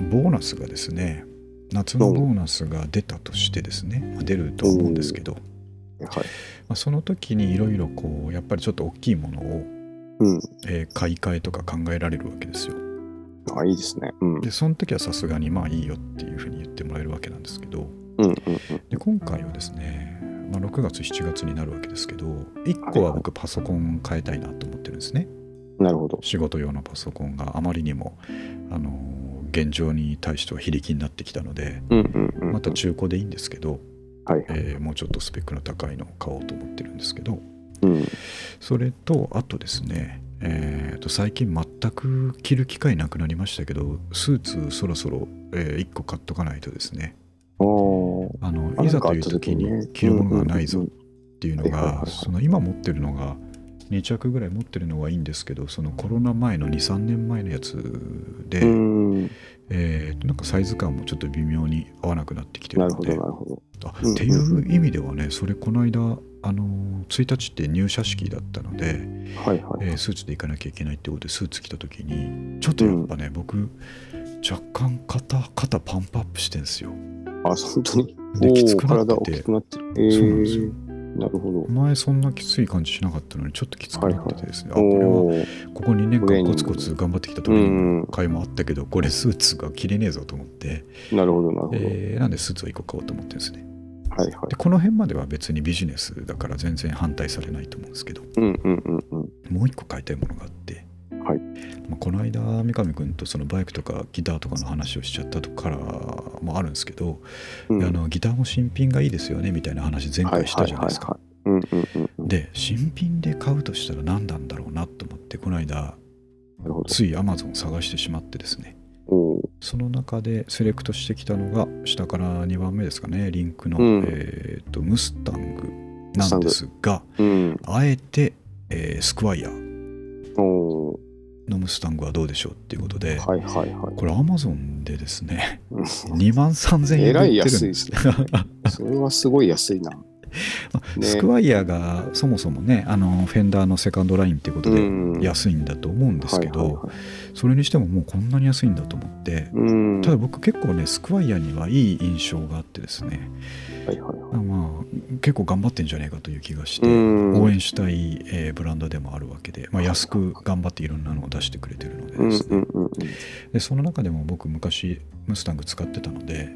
ボーナスがですね、夏のボーナスが出たとしてですね、まあ出ると思うんですけど、ま
はい。
あ、その時にいろいろこう、やっぱりちょっと大きいものを、
うん。
えー買い替えとか考えられるわけですよ。
あ、いいですね。うん。うん
で、その時はさすがにまあいいよっていうふうに言ってもらえるわけなんですけど、
うんうん。
で今回はですね、まあ、6月7月になるわけですけど1個は僕パソコン変えたいなと思ってるんですね
なるほど。
仕事用のパソコンがあまりにもあの現状に対しては非力になってきたので
うんうんうん。
また中古でいいんですけど、
はいはい。
えーもうちょっとスペックの高いのを買おうと思ってるんですけど
うん。
それとあとですねえーと最近全く着る機会なくなりましたけどスーツそろそろ、え1個買っとかないとですね
おー
あの
あ
いざ
なんか
と
あっ
いう
た
時
時にね
に着るものがないぞ
うんうん
っていうの
はいはいはい
が、
はい
その今持ってるのが2着ぐらい持ってるのはいいんですけどそのコロナ前の23年前のやつで、
うん。うん
えーとなんかサイズ感もちょっと微妙に合わなくなってきてる
なる
の
ほど、
で
なるほど。
あ
うん
っていう意味ではねそれこの間あの1日って入社式だったので、
はいはい。
えースーツで行かなきゃいけないってことでスーツ着た時にちょっとやっぱね、僕若干肩肩パンプアップしてんですよ。
あ、本当に。
できつ
おー
くな
体
っ
大
て
き
て
くなってる。え
そうなんですよ
ー、なるほ
前そんなきつい感じしなかったのにちょっときつくなっててですね、
ど。
あこれは
おー
ここ2年
トレー
間
ニング
コツコツ頑張ってきたト
う
レーニング
ん。
会もあったけど、これスーツが着れねえぞと思って、
なるほど、なるほど。
えーなんでスーツは1個買おうと思ってるんですね。
はいはい
で、。この辺までは別にビジネスだから全然反対されないと思うんですけど、
うんうんうんうん。
もう1個買いたいものがあって、
はい
まあ、この間、三上君とそのバイクとかギターとかの話をしちゃったとからもあるんですけど、
う
であ
ん。
のギターも新品がいいですよねみたいな話前
はい
回した
はい
じゃない
は
で
い
すか。
はい。うんうんうんうん。
で新品で買うとしたら何なんだろうなと思ってこの間
なるほど。
つい Amazon 探してしまってですね
うん。
その中でセレクトしてきたのが下から2番目ですかねリンクの、
うん
えー、とムスタングなんですが
うん。
あえて、えースクワイア
おー
のムスタングはどうでしょうっていうことで、
はいはいはい。
これアマゾンでですね
うん
2万3000円
え
で
らい
売ってるん
安い
で
ですすね。
[laughs]
それはすごい安いな。
まあ
ね
スクワイヤーがそもそもねあのフェンダーのセカンドラインっていうことで
ん
安いんだと思うんですけど、
はいはいはい
それにしてももうこんなに安いんだと思って、
うん。
ただ僕結構ねスクワイヤーにはいい印象があってですね
はいはいはい。
まあ結構頑張ってんじゃねえかという気がして、
うん
応援したい、えーブランドでもあるわけで、まあ、安く頑張っていろんなのを出してくれてるので
うん
で,、
うんうんうん。
でその中でも僕昔ムスタング使ってたので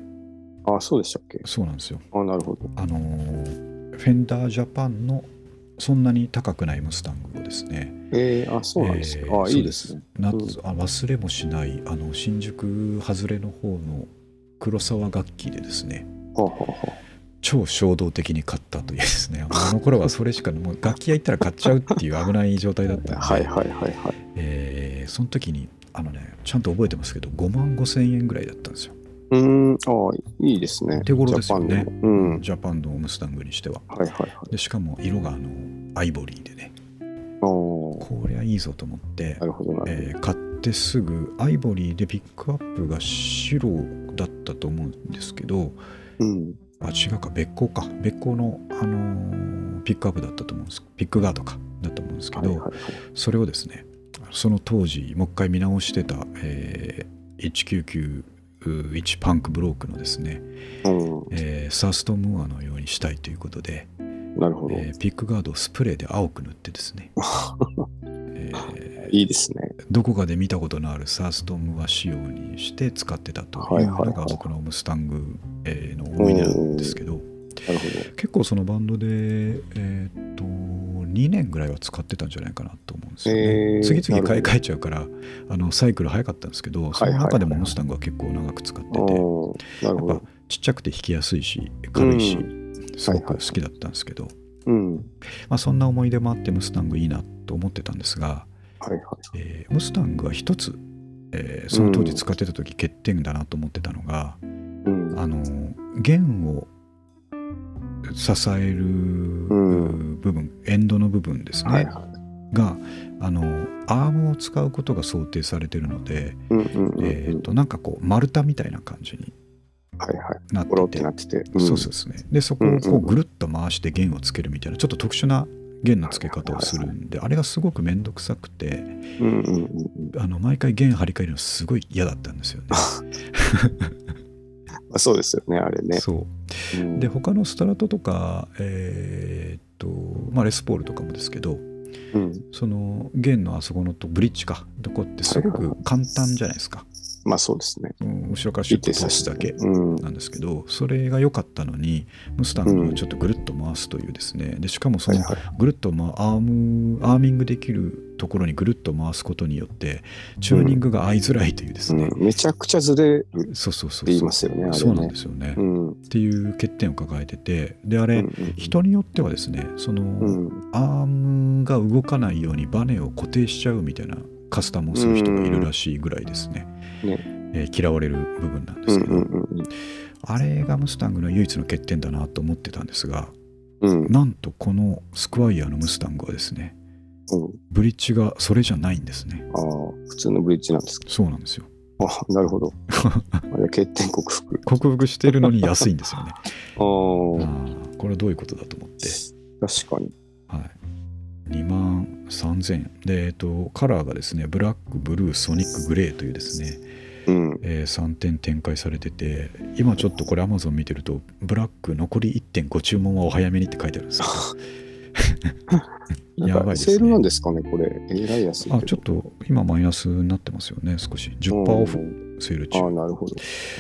あ、そうでしたっけ
そうなんですよ
あ、なるほど。
あのーフェンダージャパンのそんなに高くないムスタングをですね
えー、あ、そうなんですか。
えー
あ、いいですね。
夏あ忘れもしないあの新宿外れの方の黒沢楽器でですね
はあはあはあ
超衝動的に買ったというですね [laughs] あの頃はそれしかもう楽器屋行ったら買っちゃうっていう危ない状態だったんで、
はいはいはいはい。
えーその時にあのねちゃんと覚えてますけど5万5千円ぐらいだったんですよ
うーん、あいいですね。
手頃ですよ
ジ
ね
ャパンの。うん。
ジャパンのムスタングにしては
はいはいはい。
でしかも色があのアイボリーでね
あー
こりゃいいぞと思って
な、るほどなる
えー買ってすぐアイボリーでピックアップが白だったと思うんですけど
ほど。うん。
あ違うか別光か別光の、あのーピックアップだったと思うんですピックガードかだったと思うんですけ
はい
ど、
はいはい。
それをですねその当時もう一回見直してた、えー1991パンクブロークのですね、
う
えーサーストムーアのようにしたいということで、
ん。なるほど。
えーピックガードをスプレーで青く塗ってですね、えー
いいですね。
どこかで見たことのあるサーストムーア仕様にして使ってたというのが僕のムスタングえーの思い出なんですけど
なるほ
結構そのバンドで、えーっと2年ぐらいは使ってたんじゃないかなと思うんですよね。
へー
次々
な
買
る
い
ほど
替えちゃうからあのサイクル早かったんですけどそ
はいはい
の中でもムスタングは結構長く使ってて、
ど。あーなるほ
やっ
ど
ぱ。ちっちゃくて弾きやすいし軽いし、
う
すごく好きだったんですけど、
うん。
まあ、そんな思い出もあってムスタングいいなと思ってたんですが、
はいはい。
えームスタングは一つ、えーその当時使ってた時欠点だなと思ってたのが、
うん。
あの弦を支える
ん
部分、エンドの部分ですね、
はいはい。
があのアームを使うことが想定されてるので、
うんうんうんうん。
えー、となんかこう丸太みたいな感じに
はいはい。
なっ
ボロってて
て、
なってて。
そうそうですねでそこ
うんう
を
ん
こうぐるっと回して弦をつけるみたいなちょっと特殊な弦の付け方をするんであれがすごく面倒くさくて
うん。うんうんうん。
あの毎回弦張り替えるのすごい嫌だったんですよね。
まあそうですよね、あれね。
そう
うん
で、他のストラトとか、えーっとまあ、レスポールとかもですけど
うん。
その弦のあそこのとブリッジかどこってすごく簡単じゃないですか、
まあそうですね。
うん後ろからシュッと通すだけ
うん。
なんですけどそれが良かったのにムスタングをちょっとぐるっと回すというですねでしかもそ
はい
の
はい。
ぐるっと、ま、アームアーミングできるところにぐるっと回すことによってチューニングが合いづらいというですね、
うんめちゃくちゃずれるって
そうそうそう
言い
そ
ま
う
すよね、あれね。
そうなんですよね、
う
っ
ん。
ていう欠点を抱えててであ
う
れ、
んうん
人によってはですねその、
うん。
アームが動かないようにバネを固定しちゃうみたいなカスタムをする人がいるらしいぐらいですね、
うんね
えー嫌われる部分なんで
うん
す
う
けど、
んうん
あれがムスタングの唯一の欠点だなと思ってたんですが
うん。うん。
なんとこのスクワイヤーのムスタングはですね
うん
ブリッジがそれじゃないんですね
ああ、普通のブリッジなんですか。
そうなんですよ
あなるほ
[laughs]
ど。あれ欠点克服。
克服してるのに安いんです
[laughs]
よね
あ
あ
あ、
ーこれはどういうことだと思って、
確かに。
はい、2万3000円で、えっと、カラーがですねブラックブルーソニックグレーというですね
うん。
え3点展開されてて今ちょっとこれ Amazon 見てるとブラック残り1.5注文はお早めにって書いてあるんです
なん
や
か
ばいですね
セールなんですかね、これ。えらい安
け
いけ
ど
ど。
あちょっと今マイナスになってますよね少し10%オ
う
フ
ん
セール
あ
中
あ、なるほど。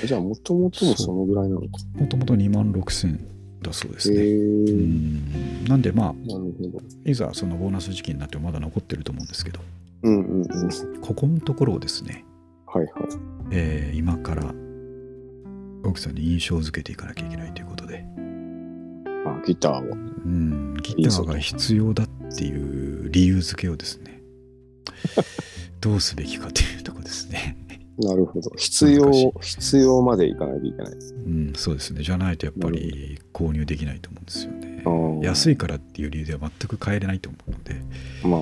じゃあ、もともともそのぐらいなのか。
もともと2万6000だそうです
へ
ね、
え
うんなんでまあ
なるほど。
いざそのボーナス時期になってもまだ残ってると思うんですけど
うんうんうん。
ここのところをですね、
はいはい。
えー今から奥さんに印象づけていかなきゃいけないということで
あギターを。
うん、ギターが必要だっていう理由付けをですね、どうすべきかというとこですね。
なるほど。必要
難しい、
必要までいかないといけない。
うん、そうですね。じゃないとやっぱり購入できないと思うんですよね。
ああ
安いからっていう理由では全く買えれないと思うので、
まあ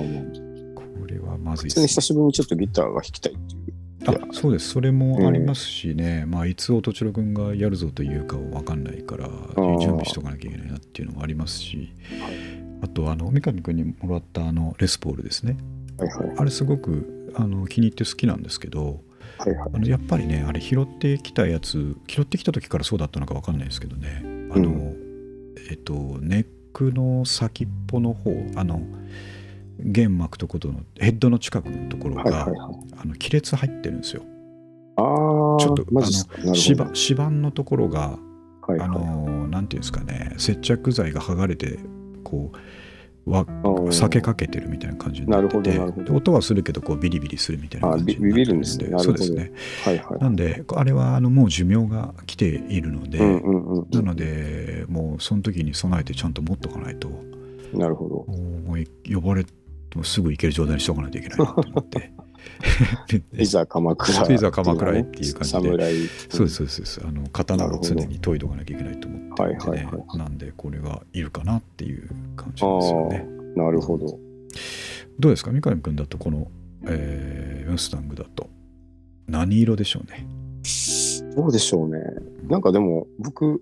まあ、
これはまずいで
普通に
す
久
ね。
しぶりにちょっとギターが弾きたいっていう。
あ
いや
そうです、それもありますしね、まあ、いつ音千代君がやるぞというか分かんないから、準備しとかなきゃいけないなっていうのもありますし、あと、あの三上君にもらったあのレスポールですね、
はいはい。
あれ、すごくあの気に入って好きなんですけど、
はいはい。
あのやっぱりね、あれ、拾ってきたやつ、拾ってきた時からそうだったのか分かんないですけどね、あの、
う
えっと、ネックの先っぽの方あの弦膜とことのヘッドの近くのところが、
はいはいはい。
あの亀裂入ってるんですよ。
ああ、
ちょっと
マジっすか。なるほ
芝
ど。
指板のところが、
はい
あ
は
のーなんていうんですかね接着剤が剥がれてこうわ
い。
裂け
か
かけてるみたいな感じになってて
なるほどなるほど
で音はするけどこうビリビリするみたいな感じ
あ
にな
ビ
って
ビビるんですねなる
そ
ほ
う
ど
ですね
はいはい。
なんであれはあのもう寿命が来ているので、
うんうんうん。
なのでもうその時に備えてちゃんと持っとかないと
なるほど。
もうい呼ばれてもすぐ行ける状態にしておかないといけないなと思って
[laughs]
で
いざ鎌倉。
いざ鎌倉へっていう感じで
侍。
そうですそうですそうですあの刀
なる
を
ほ
常
ど
に研いとかなきゃいけないと思ってるんで、ね
はいはいは
なんでこれがいるかなっていう感じ
あ
なんですよね。
あ、なるほど。
どうですか三上君だとこの、えー、ムスタングだと何色でしょうね。
どうでしょうね。なんかでも、僕、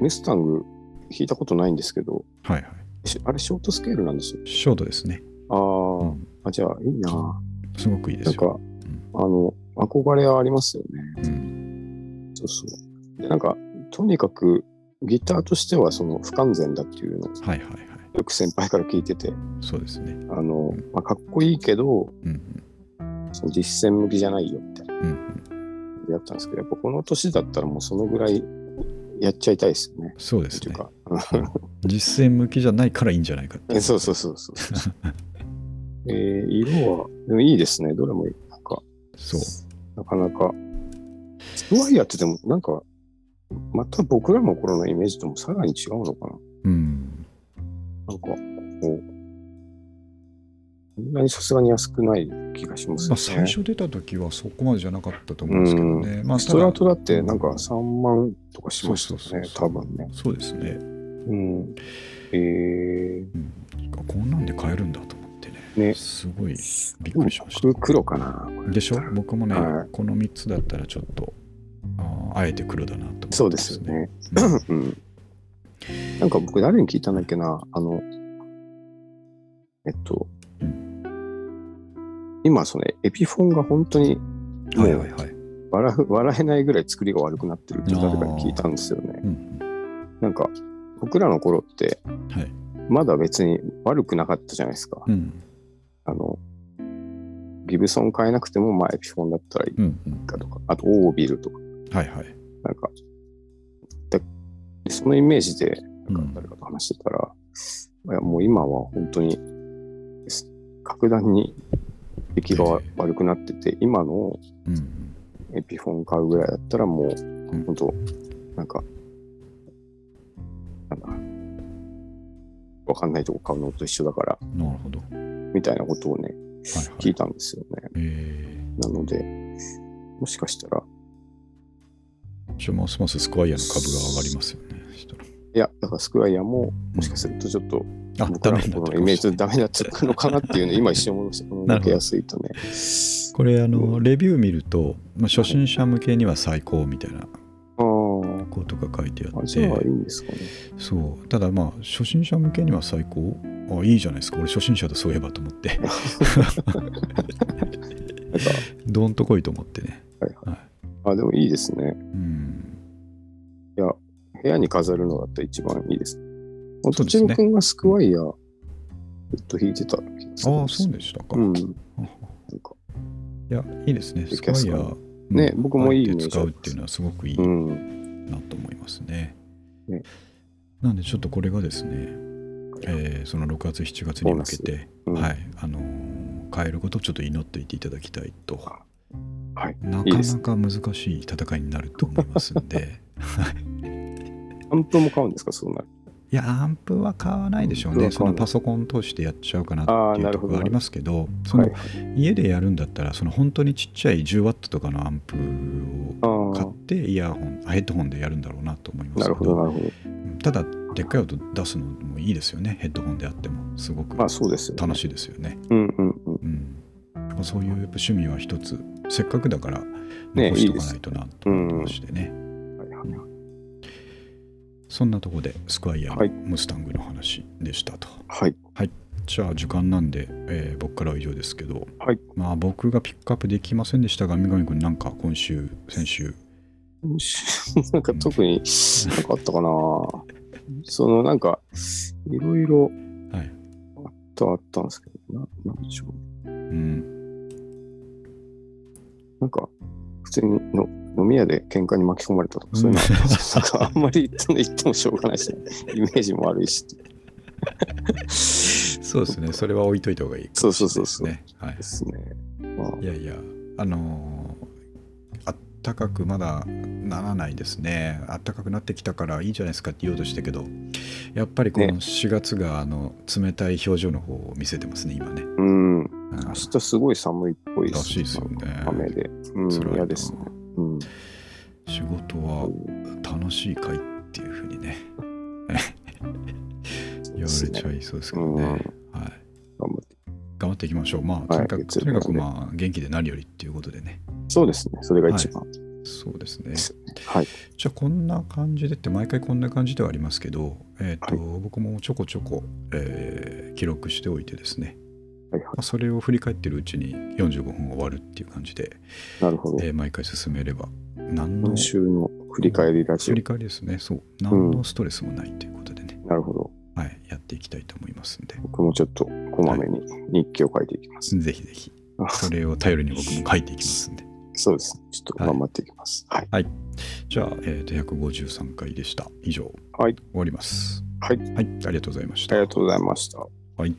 メスタング弾いたことないんですけど、
はいは
しあれショートスケールなんですよ。
い。ショートですね。う
あ
ん
あ、あ、じゃあいいな。
すごくいいで
なん
すよ。
か、あの、憧れはありますよ
う
ね。
ん
そうそう。でなんか、とにかく、ギターとしてはその不完全だっていうのを
はいはいはい。
よく先輩から聞いてて、
そうですね。
あの、まあ、かっこいいけど、
うん
その実践向きじゃないよみたいな
うんうん、
でやったんですけど、やっぱこの年だったらもうそのぐらいやっちゃいたいですよね。
そうで
っ
す
てい
ね
う。か、
実践向きじゃないからいいんじゃないかってい
え
う。
そうそうそうそうそう。えー色は、でもいいですね。どれもいい。なんか、
そう。
なかなか。スプワイヤーってでも、なんか、また僕らの頃のイメージともさらに違うのかな。
うん。
なんか、こう、そんなにさすがに安くない気がします
まあ、
よ
最
ね。
初出た時はそこまでじゃなかったと思うんですけどね。まあ、
ストラートだったてなんか3万とかしました
そうそ
よ
う
ね、
そ
多
う
分ね。
そうですね。
うん。え
うん、あこんなんで買えるんだと思ってね
ね
すごいび
ー、
っくりしまし
僕
た
黒かな。
でしょ僕もね、
はい
この3つだったらちょっとあーあえて黒だなと思って
そうですよね。 [laughs]
ますね
うんなんか僕誰に聞いたんだっけなあのえっと、
う
今そのエピフォンが本当に
うん
も
はいはいうはい、
笑う笑えないぐらい作りが悪くなってるって誰かに聞いたんですよね。
うん
なんか僕らの頃って
うん、はい、
まだ別に悪くなかったじゃないですか。
うん
あのギブソン変えなくてもまあエピフォンだったらいい
うんうん
かとかあとオービルとか
はいはい
なんかでそのイメージで
う
なんか
ん
誰かと話してたら、いやもう今は本当にす格段に出来が
え
悪くなってて、今の
うん
エピフォン買うぐらいだったらもう、
ん
本当なんかなんだわかんないとこ買うのと一緒だから
うんなるほどはい
みたいなことをね
は
聞
い
いたんですよね、
え
なのでもしかしたら
ー、じゃあますますスクワイヤーの株が上がりますよねそしたら
いやだからスクワイヤーももしかするとちょっと
あ
僕
ダ
ら
メ
の
にな
こ
って
の
ま
イメー
し
ジと
た
ダメになっちゃうのかなっていうの今一瞬思い
[laughs]
ました
なるほど
抜けやすいとね
これあのレビュー見ると、まあ、初心者向けには最高みたいな
あー
ことが書いてあっ
あ、
て
じゃあいいんですかね。
そうただまあ初心者向けには最高あいいじゃないですか俺初心者だそういえばと思って
なんか、
どんとこいと思ってね
はい
はい
あ、でもいいですね。
うん
部屋に飾るのだったら一番いいです。本
そ
当、
うですね
千代君がスクワイヤー、ずっと弾いてた気がする
ああそうん
です
でしたか、
うん。ないんか、
やいいですねス
で
ク
キャ
ワ
ス
イ
タ
ヤ
ー
ー
ね
うん
僕もいいイメージ
あえて使うっていうのはすごくいい
うん。
なと思いますね、
ね
なんでちょっとこれがですね、えーその6月7月に向けて、
うん
はいあのー変えることをちょっと祈っていていただきたいと、
はい
ない
い
か
です
なか難しい戦いになると思いますんではい
アンプも買うんですか、そうなる。
いや、アンプは買わないでしょう
アン
ね。
プ
そ
は買わない
のパソコン通してやっちゃうかなっ
あー
てい
な
う
る
とこ
ほど
ろがありますけど、そ
は
の
い。
家でやるんだったら、その本当にちっちゃい10ワットとかのアンプ
あ
を買っ
ー
て、イヤホン、ヘッドホンでやるんだろうなと思います
な
け
る
ど、
ほど、なるほど。
うんただ、でっかい音出すのもいいですよね。ヘッドホンであっても、すごく
まあそうですよ、ね。
楽しいですよね。
うんうんうん。
うん、やっぱそういうやっぱ趣味は一つせっかくだから
ね
残しとかないとなと思いましてね
はいはいはい
そんなとこでスクワイヤー
はい
のムスタングの話でしたと、
はい。
じゃあ時間なんで、えー僕からは以上ですけど、
はい
まあ僕がピックアップできませんでしたが三上君なんか今週先週
[laughs] なんか特になんかあったかな。そのなんか、いろいろ
はい
とあったんですけど、ななんでしょう。
うん
なんか、普通にの飲み屋で喧嘩に巻き込まれたとか、そういうのあったんですけど、なんかあんまり言っても言ってもしょうがないし、イメージも悪
[laughs]
いし。
そうですねそれは置いといた方がいい
そうそうそうそう
ですね、はい
で、すね。まあ、
いやいやあのーあったかくまだならないですねあったかくなってきたからいいじゃないですかって言おうとしたけどやっぱりこの
ね
4月があの冷たい表情の方を見せてますね今ね、
うん。
うん
明日すごい寒いっぽい
らしいですよね
雨で。うん、
辛いな
嫌ですね。うん。
仕事は楽しいかいっていうふうにね [laughs] 言われちゃいそうですけどね、
うん
はい、
頑張って。
頑張っていきましょうまあと
は
に
い
かく、
月曜
と
日
にかく
までね
まあ元気でなるよりっていうことでね
そうですね。それが一番。
そうですね
はい。
じゃあこんな感じでって毎回こんな感じではありますけど、えーと僕もちょこちょこ、えー記録しておいてですね、
はいは
まあ、それを振り返ってるうちに45分終わるっていう感じで、
い。なるほど。
えー毎回進めれば何の
今週の振り返りラジ
振り返りですねそう
うん
何のストレスもないということでね、
オ。なるほど。
はい、やっていきたいと思いますんで
僕もちょっとこまめに日記を書いていきます。
ぜひぜひ
あ
それを頼りに僕も書いていきますんで
そうですね。ちょっと頑張っていきます。はい。
じゃあ、えーと153回でした以上、
はい
終わります
はい。
はいありがとうございまし
あ
た
りがとうございました。
はい